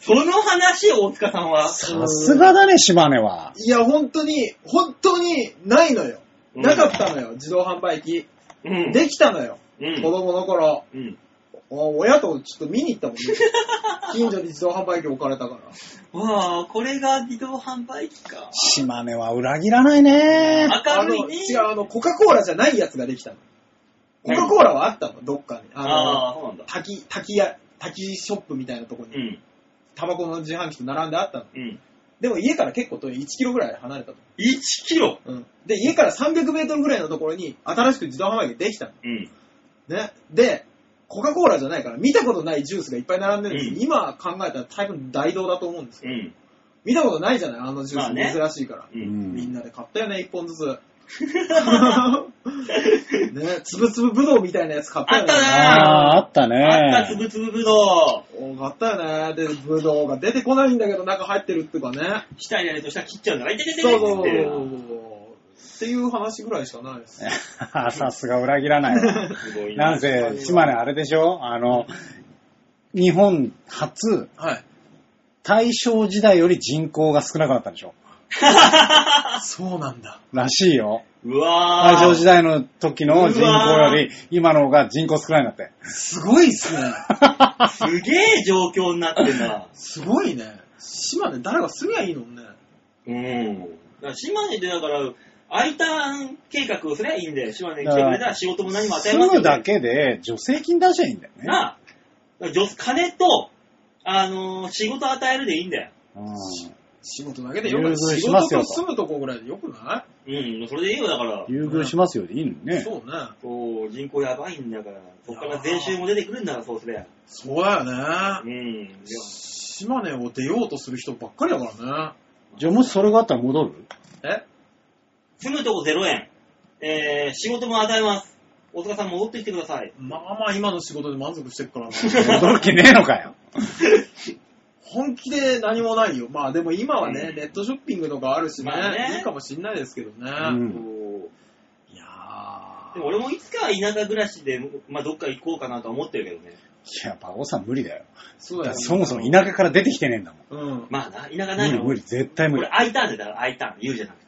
B: その話を大塚さんは。
C: さすがだね、島根は。
A: いや、本当に、本当にないのよ。
B: うん
A: なかったのよ、自動販売機。
B: うん。
A: できたのよ、
B: うん
A: 子供の頃。
B: うん。
A: 親とちょっと見に行ったもんね。近所に自動販売機置かれたから。
B: わあ、これが自動販売機か。
C: 島根は裏切らないね。
B: 明るいね。
A: あの違う、あの、コカ・コーラじゃないやつができたの。コカ・コーラはあったの、どっかに。あの、
B: ああ、そうなんだ。
A: 滝、滝や、滝ショップみたいなとこ
B: う
A: に、
B: ん。
A: タバコの自販機と並んであったの。
B: うん。
A: でも家から結構遠い、1キロぐらい離れたの。
B: 1キロ
A: うん。で、家から300メートルぐらいのところに、新しく自動販売機できたの。
B: うん。
A: ね。で、コカ・コーラじゃないから、見たことないジュースがいっぱい並んでるんですよ。
B: うん
A: 今考えたら多分大道だと思うんですけ
B: う
A: ど、
B: ん。
A: 見たことないじゃないあのジュース、
B: まあね
A: 珍しいから。
B: う。
C: うん
A: みん
C: ん。
A: なで買ったよね、一本 [LAUGHS] ずつ。ね、つぶつぶぶどうみたいなやつ買ったよね。
B: あ
C: ああー、あった
B: あった、つ
C: ね。
B: ぶつぶぶどう。
A: お買ったよね。で、ぶどうが出てこないんだけど、中入ってるっていうかね。
B: 下にやると下切っちゃうんだから、いててて
A: そうそうそう
B: て
A: っていう話ぐらいしかないです。
C: [LAUGHS] さすが裏切らないわ。
B: すごい
C: なんせ、島根あれでしょあの、日本初、
A: はい。
C: 大正時代より人口が少なくなったんでしょ
A: そうなんだ。
C: らしいよ。
B: うわ
C: 大
B: ー。
C: 正時代の時の人口より、今の方が人口少ないんだって。
A: すごいっすね。
B: すげえ状況になってんな。
A: すごいね。島根誰が住みゃいいのね。
B: うん。だから島根でだから、I ターン計画をすればいいんだよ。島根に来てくれたら仕事も何も与え
C: 住
B: ますよ、
C: むだけで助成金出しゃいいんだよね。
B: なあ。だから女金と、あのー仕事与えるでいいんだよ。
C: うん
A: 仕事だけでよくない。
C: 融通
A: 仕
C: しま
A: 事
C: すよ
A: と
C: と
A: 住むとこぐらいでよくな
B: うん、それでいいよ、だから。
C: 優遇しますよりいいのに
A: い、
C: ね。
A: そうね。
B: そう、人口やばいんだから。そっから税収も出てくるんだから、そうすりゃ。
A: そうだよ
B: う
A: ね。
B: ん。で
A: 島根を出ようとする人ばっかりだから
C: じゃあもしそれがあったら戻る
A: ね。え
B: 住むとこ0円。えー、仕事も与えます。大塚さん戻ってきてください。
A: まあまあ今の仕事で満足してるからな。
C: [LAUGHS] 戻る気ねえのかよ。
A: 本気で何もないよ。まあでも今はね、
B: うん
A: ネットショッピングとかあるしね、
B: まあね
A: いいかもしんないですけどね。
C: うん
B: そう
A: いやー
B: でも俺もいつかは田舎暮らしで、まあ、どっか行こうかなとは思ってるけどね。
C: いや、馬王さん無理だよ。
A: そう
C: だ
A: だ
C: か
A: よ、
C: ら
A: ね。
C: そもそも田舎から出てきてねえんだもん。
A: うん。
B: まあな、田舎ないか
C: 無理
B: ら
C: 無理、絶対無理
B: 俺、。I ターンでだから I ターン、言うじゃなくて。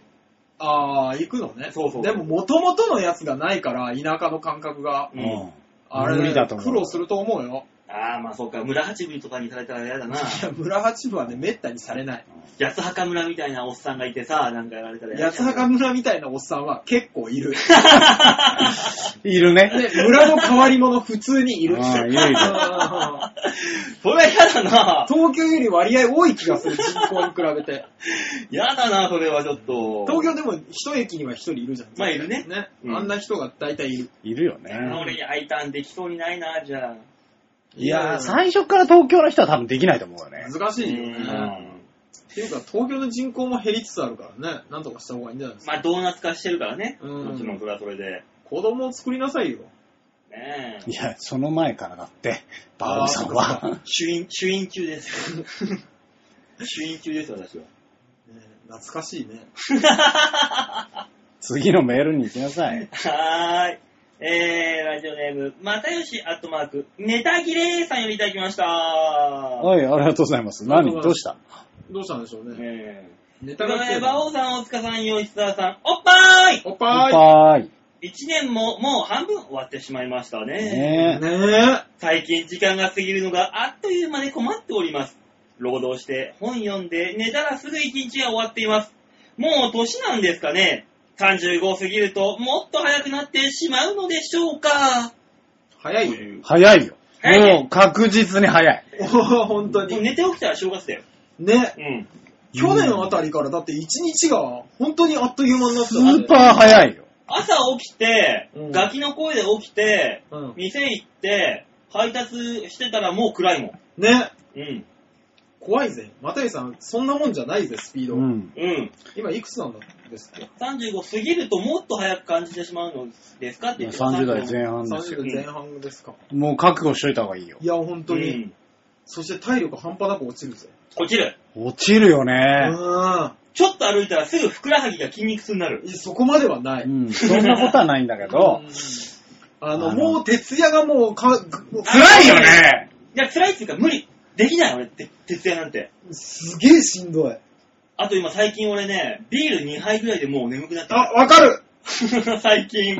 A: ああ、行くのね。
B: そうそう
A: でも元々のやつがないから、田舎の感覚が。
B: うん
C: うん
A: あれ
C: 無理だと思う
A: 苦労すると思うよ。
B: ああ、まあそうか、村八分とかにされたら嫌だな。
A: いや、村八部はね、めったにされない。
B: 八坂村みたいなおっさんがいてさ、なんかやられたら嫌だ
A: 八坂村みたいなおっさんは結構いる。
C: いるね。
A: で、村の変わり者普通にいる。
C: あーいるいる [LAUGHS]
A: あー
B: それは嫌だな。
A: 東京より割合多い気がする、人口に比べて。
B: 嫌だな、それはちょっと。
A: 東京でも一駅には一人いるじゃん。
B: まあいるね
A: ね。
B: うん
A: あんな人が大体いる。
C: いるよ
B: あ
C: ね。
B: 俺に I ターンできそうにないな、じゃあ。
C: いやー、
A: さ
C: 最初から東京の人は多分できないと思うよね。
A: 難しいよね。
B: うん
A: っていうか、東京の人口も減りつつあるからね、なんとかした方がいいんじゃないですか。
B: まあ、ドーナツ化してるからね。
A: うん
B: もちろん、それはそれで。
A: 子供を作りなさいよ。
B: ねえ
C: い。や、その前からだって、馬王さんは。
B: 主演、主演中です。
A: [LAUGHS]
B: 主演中です、私は。
A: ね懐かしいね。
C: 次のメールに行きなさ [LAUGHS] い。
B: はーい。えー、ラジオネーム、またよし、アットマーク、ネタ切れさんよりいただきました。
C: はい、ありがとうございます。何どうした
A: どうしたんでしょうね。
B: え
A: ネタが来て
B: ー、
A: る
B: バオさん、大塚さん、吉沢さん、おっぱーい
A: おっ
C: 乾
A: ぱ
C: 杯。
B: 一年ももう半分終わってしまいましたね。
A: ーい。
C: ねえ。
A: ね
B: 最近時間が過ぎるのがあっという間で困っております。労働して、本読んで、寝たらすぐ一日が終わっています。もう年なんですかね ?35 過ぎるともっと早くなってしまうのでしょうかと
A: 早いよ。 [LAUGHS]
B: いう
C: 早いよ。
B: 早い
C: もう確実に早い。
A: おー本当
B: もう
A: に。
B: 寝て起きたら正月だよ。
A: ね。
B: うん。
A: 去年あたりからだって一日が本当にあっという間になった
C: ス
A: よね
C: ーパー早いよ。
B: 朝起きて、
A: うん
B: ガキの声で起きて、
A: うん。
B: 店行って、配達してたらもう暗いもん。
A: ね。
B: うん。
A: 怖いぜ。又吉さん、そんなもんじゃないぜ、スピード。
C: うん。
B: うん。
A: 今いくつなんですっけ
B: 35過ぎるともっと早く感じてしまうのですかって言ってた
C: 30代前半ですよ。
A: ?30 代前半ですか。
C: もう覚悟しといた方がいいよ
A: い。や、本当に。
B: うん
A: そして体力半端なく落ちるぜ。
B: 落ちる。
C: 落ちるよ
A: う
C: ね。
A: ん。
B: ちょっと歩いたらすぐふくらはぎが筋肉痛になる
A: い。やそこまではな
C: う
A: い。
C: ん。そんなことはないんだけ [LAUGHS] ど
A: う、んあの、
C: あの
A: もう徹夜がもうか、もう
C: 辛いよね。
B: いや、辛いっていうか無理。できない俺って、徹夜なんて。
A: すげえしんどい。
B: あと今最近俺ね、ビール2杯ぐらいでもう眠くなって
A: あ、
B: る。
A: わかる
B: [LAUGHS] 最近。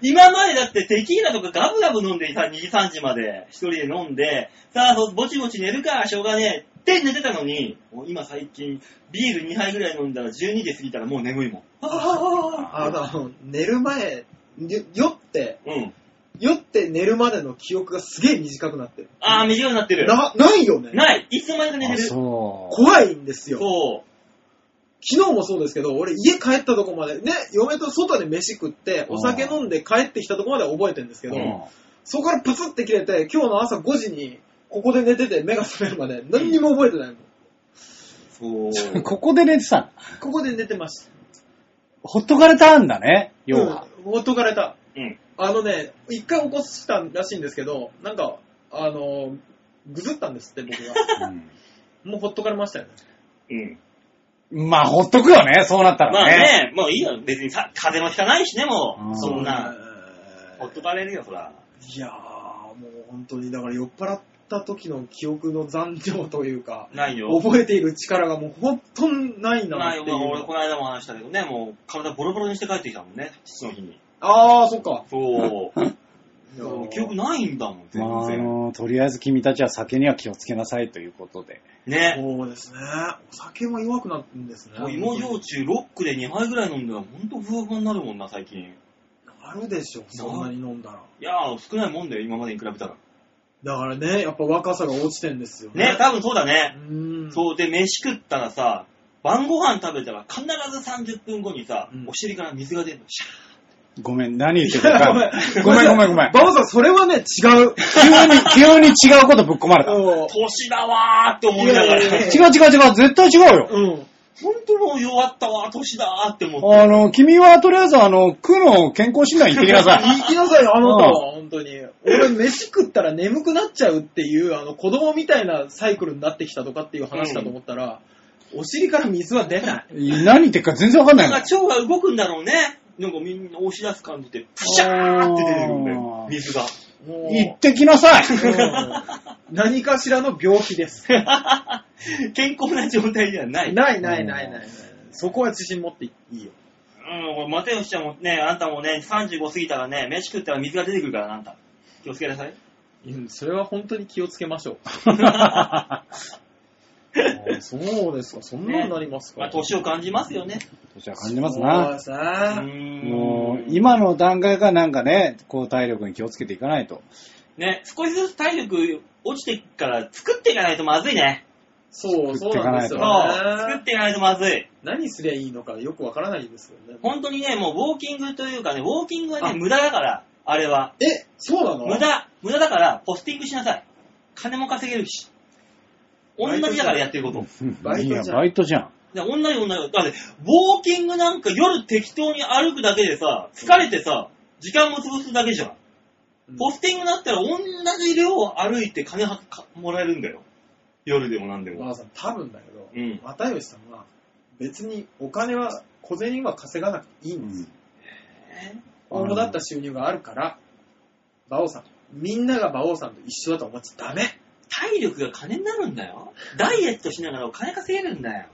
B: 今までだってテキーラとかガブガブ飲んでさ、2時3時まで一人で飲んで、さあ、そぼちぼち寝るか、しょうがねえって寝てたのに、もう今最近、ビール2杯ぐらい飲んだら12時過ぎたらもう眠いもん。
A: あの、寝る前、に酔って、
B: うん。
A: 酔って寝るまでの記憶がすげえ短くなってる。
B: ああ、短くなってる。
A: な、ないよね。
B: ない。いつの間にか寝て
C: あ、
B: る。そ
C: そう。
A: 怖いんですよ。
B: う。
A: 昨日もそうですけど、俺家帰ったとこまで、ね、嫁と外で飯食って、お酒飲んで帰ってきたとこまでは覚えてるんですけど、
B: うん
A: そこからプツって切れて、今日の朝5時に、ここで寝てて目が覚めるまで何にも覚えてないもん。
B: そう。
C: うんここで寝てたの。
A: ここで寝てました。
C: ほっとかれたんだね、要は。
A: うん、ほっとかれた。
B: うん。
A: あのね、一回起こしたらしいんですけど、なんか、あの、ぐずったんですって僕
B: [LAUGHS]
A: が。もうほっとかれましたよね。
B: うん。
C: うんまあ、ほっとくよね、そうなった
B: ま
C: ら
B: あ
C: ね。
B: ね、もういいよ。別にさ、風邪もひかないしね、も
C: う
B: う。
C: ん
B: そんな。ほっと
A: えー
B: かれるよ、そら。
A: いやー、もう本当に、だから酔っ払った時の記憶の残量というか、
B: ないよ。
A: 覚えている力がもう本当にないな
B: な
A: っ
B: い
A: てい
B: よ、
A: う。
B: まあ、俺この間も話したけどね、もう体ボロボロにして帰ってきたもんね、父の日に。
A: あー、そっか。
B: そう。もう記憶
A: な
B: ないんだもん、全
C: まあ、あ
B: 然。
C: の、とりあえず君たちは酒には気をつけなさいということで。
B: ね。
A: そうですね。お酒も弱くなってんですね。
B: もう芋焼酎ロックで2杯ぐらい飲んだら、ほんとふわふわになるもんな、最近。
A: あるでしょ、そんなに飲んだら。
B: いやー、少ないもんだよ、今までに比べたら。
A: だからね、やっぱ若さが落ちてんですよね。
B: ね、多分そうだね。
A: うん。
B: そう、で、飯食ったらさ、晩ご飯食べたら必ず30分後にさ、
A: うん
B: お尻から水が出るの。シャー
C: ごめん、何言って
A: い
C: る
A: や
C: か
A: [LAUGHS] ごめん。
C: ごめん、ごめん、ごめん。
A: バオさん、それはね、違う。
C: 急に、急に違うことぶっ込まれた。違
A: うん
B: 年だわーって思いなが
A: いやいやい
B: ら、
A: や
C: う違う違う、絶対違うよ。
A: うん。
B: ほんともう弱ったわー、年だーって思って。
C: あの、君はとりあえず、あの、区の健康診断行ってきなさい。
A: 言いきなさいよ、あなたは、
C: う
A: 本当に。俺、飯食ったら眠くなっちゃうっていう、あの、子供みたいなサイクルになってきたとかっていう話だと思ったら、お尻から水は出ない。
C: 何言ってるか全然わかんな
B: ないんか
C: もん。
B: 腸が動くんだろうね。なんかみんな押し出す感じで、プシャーって出てくるんだよ
C: あ、ー
B: 水が。 [LAUGHS]
A: もう
C: 行ってきなさい。
A: うん何かしらの病気です。
B: 健康な状態ではない。
A: ないないないない。そこは自信持っていいよ。
B: うん、マテウスちゃんもね、あんたもね、35過ぎたらね、飯食ったら水が出てくるからな、あんた。気をつけなさい。
A: うんそれは本当に気をつけましょう。そうですか、そんなになりますか。
B: まあ、年を感じますよね。
C: [LAUGHS] 年は感じますな。
A: そう
B: う
A: ですね
B: ん
C: もう、、今の段階がなんかね、こう体力に気をつけていかないと。
B: ね、少しずつ体力落ちてから作っていかないとまずいね。
A: そう、そうなんです
B: そ
A: よ
B: う。作
A: ね
B: っ。ていかないとまずい。
A: 何すりゃいいのかよくわからないんですけどね。
B: 本当にね、もうウォーキングというかね、ウォーキングは
A: あ
B: ね、無駄だから、あれは。
A: え、そうなの
B: 無駄、無駄だから、ポスティングしなさい。金も稼げるし。同じだからやってること。
A: バイトじゃん
C: いやバイトじゃん。
B: で同じ同じ。だって、ウォーキングなんか夜適当に歩くだけでさ、疲れてさ、時間も潰すだけじゃん。
A: うん
B: ポスティングだったら同じ量を歩いて金はかもらえるんだよ。夜でも何で
A: ま
B: も。
A: あさん、多分だけど、
B: うん。
A: 又吉さんは別にお金は、小銭は稼がなくていいんですよ。大物だった収入があるから、馬王さん、みんなが馬王さんと一緒だと思っちゃダメ。
B: 体力が金になるんだよ。ダイエットしながらお金稼げるんだ [LAUGHS] よ。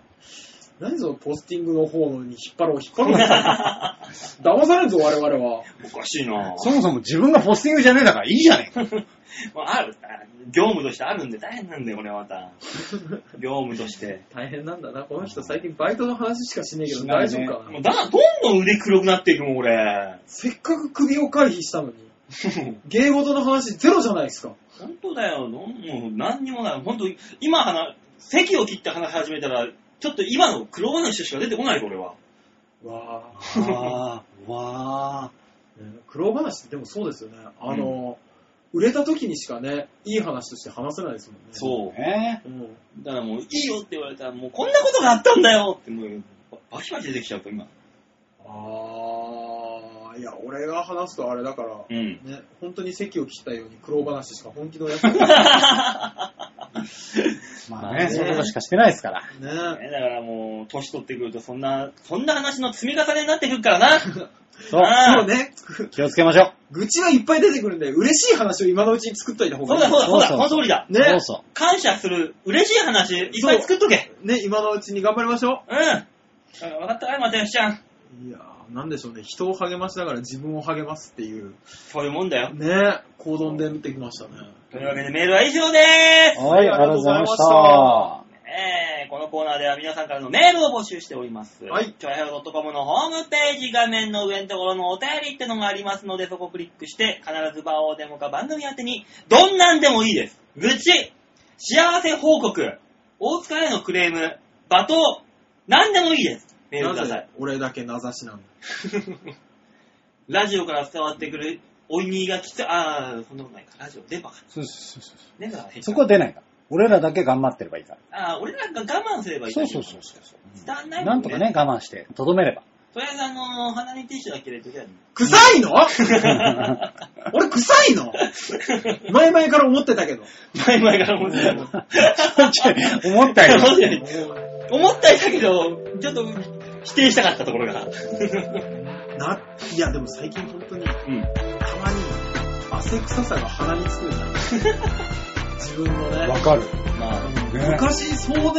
A: 何そのポスティングの方に引っ張ろう、引っ張ろう。騙されるぞ、我々は。
B: おかしいなぁ。
C: そもそも自分がポスティングじゃねえだからいいじゃねえか。
B: まあある、あ業務としてあるんで大変なんだよ、これはま [LAUGHS] た。業務として。
A: 大変なんだな。この人最近バイトの話しかしねえけど
C: しな
A: 大
C: いね
A: 丈夫かな。
B: もうだ、どんどん腕黒くなっていくもん、 [LAUGHS] 俺。
A: せっかく首を回避したのに、芸事の話ゼロじゃないですか。
B: 本当だよ、どんもう何にもない。本当今話、席を切って話し始めたら、ちょっと今の黒話しか出てこないよ、俺は。
A: わあ。 [LAUGHS]
C: わー、わ
A: ね苦労話ってでもそうですよね。あの、売れた時にしかね、いい話として話せないですもんね。
B: そう。
C: ね
A: う。ん。
B: だからもう、いいよって言われたら、もうこんなことがあったんだよって、もう、ババキバキ出てきちゃうと、今。
A: あー、いや、俺が話すとあれだから、
B: うん。
A: ね、本当に席を切ったように苦労話しか本気のやつだ
C: まあね、
A: ね
C: そういうことしかしてないですから。
A: ね。 [LAUGHS]
B: ねだからもう、年取ってくると、そんな、そんな話の積み重ねになってくるから [LAUGHS] な。
C: そう。
B: あ
A: そ
B: ー
A: うね。
C: 気をつけましょう。
A: 愚痴はいっぱい出てくるんで、嬉しい話を今のうちに作っといた方が
B: そ
A: いうい。
B: だ、そうだ、そうだ、
C: そ
B: こ
C: うそう
B: の通りだ。
A: ね
C: そうそ
B: 感謝する、嬉しい話、いっぱい作っとけ。
A: ね、今のうちに頑張りましょ
B: うん。あ分かったかい、またよしちゃん。
A: う。いやー、なんでしょうね、人を励ましながら自分を励ますっていう、
B: そういうもんだよ。
A: ね、行動に出てきましたね。
B: というわけでメールは以上でーす
C: はい、ありがとうございました。
B: えー、このコーナーでは皆さんからのメールを募集しております。
A: はい。
B: ちょいはよ .com のホームページ画面の上のところのお便りってのがありますので、そこをクリックして、必ず場をデモか番組宛てに、どんなんでもいいです。愚痴、幸せ報告、大塚へのクレーム、罵倒、なんでもいいです。メールく
A: な
B: ださ
A: ぜ
B: い。
A: 俺だけ名指しなんだ。
B: ラジオから伝わってくる、おいにがきつ、あー、そんなことないか。ラジオ、電波か。
C: そうそうそうそ
B: 電波が変
C: う
B: か
C: そこは出ないから。俺らだけ頑張ってればいいから。
B: あー、俺らが我慢すればいい
C: そ
B: だ
C: う
B: け
C: そうそうそう。
B: 伝わんないもんね
C: なんとかね、我慢して、とどめ [LAUGHS] れば。
B: とりあえず、あのー、鼻にティッシュだけ入れときゃいい。
A: 臭
B: [LAUGHS]
A: いの俺臭いの前々から思ってたけど。
B: 前々から思ってたもん。
C: 思ったより
B: 思ったより思ったりしたけど、ちょっと否定したかったところが。
A: な、いやでも最近本当に、
B: うん。
A: たまに汗臭さが鼻につくんだよ自分の
C: わ
A: ね
C: かる。まあ、ね。
A: 昔そんなに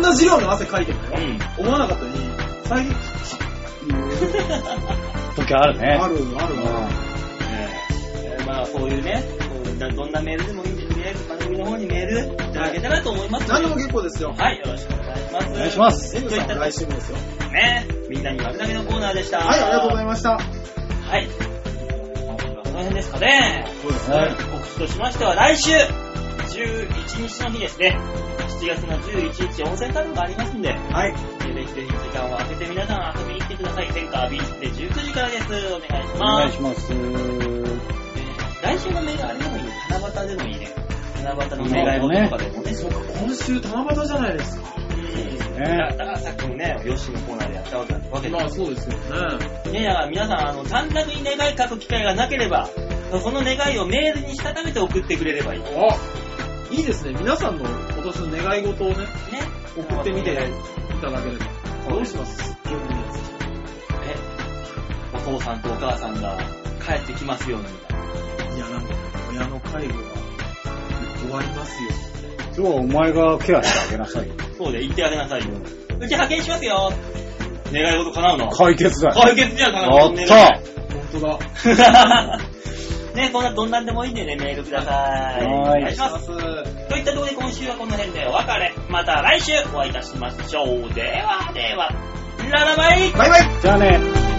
A: 同じ量の汗かいてるのよ、
B: うん
A: 思わなかったのに最近っていう
C: 時あるね。
A: あるあるわ
B: えーまあ、そういうね、こうだどんなメールでもいいんで、とりあえず番組の方にメールいただけたらと思いますの
A: 何
B: で
A: でも結構ですよ
B: はい、よろしくお願いします。お
C: 願いします
A: エム
B: といっ
A: さん
B: た
A: 来週もですよ
B: ね、みんなに丸投げのコーナーでした。
A: はいありがとうござい
B: ま
A: ました
B: す。はい。今回はこの辺ですかね。
A: そうです
C: は
A: ね
C: い
B: 告知としましては来週11日の日ですね7月の11日温泉タイムがありますんで、
A: はい
B: ぜひぜひ時間を空けて皆さん遊びに来てくださいセンタービーチで19時からですお願いし
C: お願
B: ま
C: い
B: す
C: します。
B: 来週のメールあれでもいいね七夕でもいいね七夕の願い事とかでもね
A: そうか今週七夕じゃないですか
B: うんだ
C: ね
B: からさっきもね、ヨッシーのコーナーでやったわけです。
A: まあそうですよね
B: ね、だから皆さん、あの、短冊に願い書く機会がなければ、その願いをメールにしたためて送ってくれればいい。ね。
A: あいいですね皆さんの今年の願い事をね送ってみていただければどうします急にね
B: ね、お父さんとお母さんが帰ってきますようにみたいな。
A: いや、なんか、親の介護が終わりますよ。
C: 今日はお前がケアしてあげなさいよ。
B: そうで、言ってあげなさいよ。うち派遣しますよ。願い事叶うの
C: 解決だよ。
B: 解決じゃん、
C: や
B: 叶
C: った
A: 本当だ。
B: た [LAUGHS] ね、こんなどんなんでもいいんでね、メールください。
C: はーい
B: お願いします。といったところで今週はこの辺でお別れ。また来週お会いいたしましょう。ではでは、ララバイ
A: バイバイ
C: じゃあね。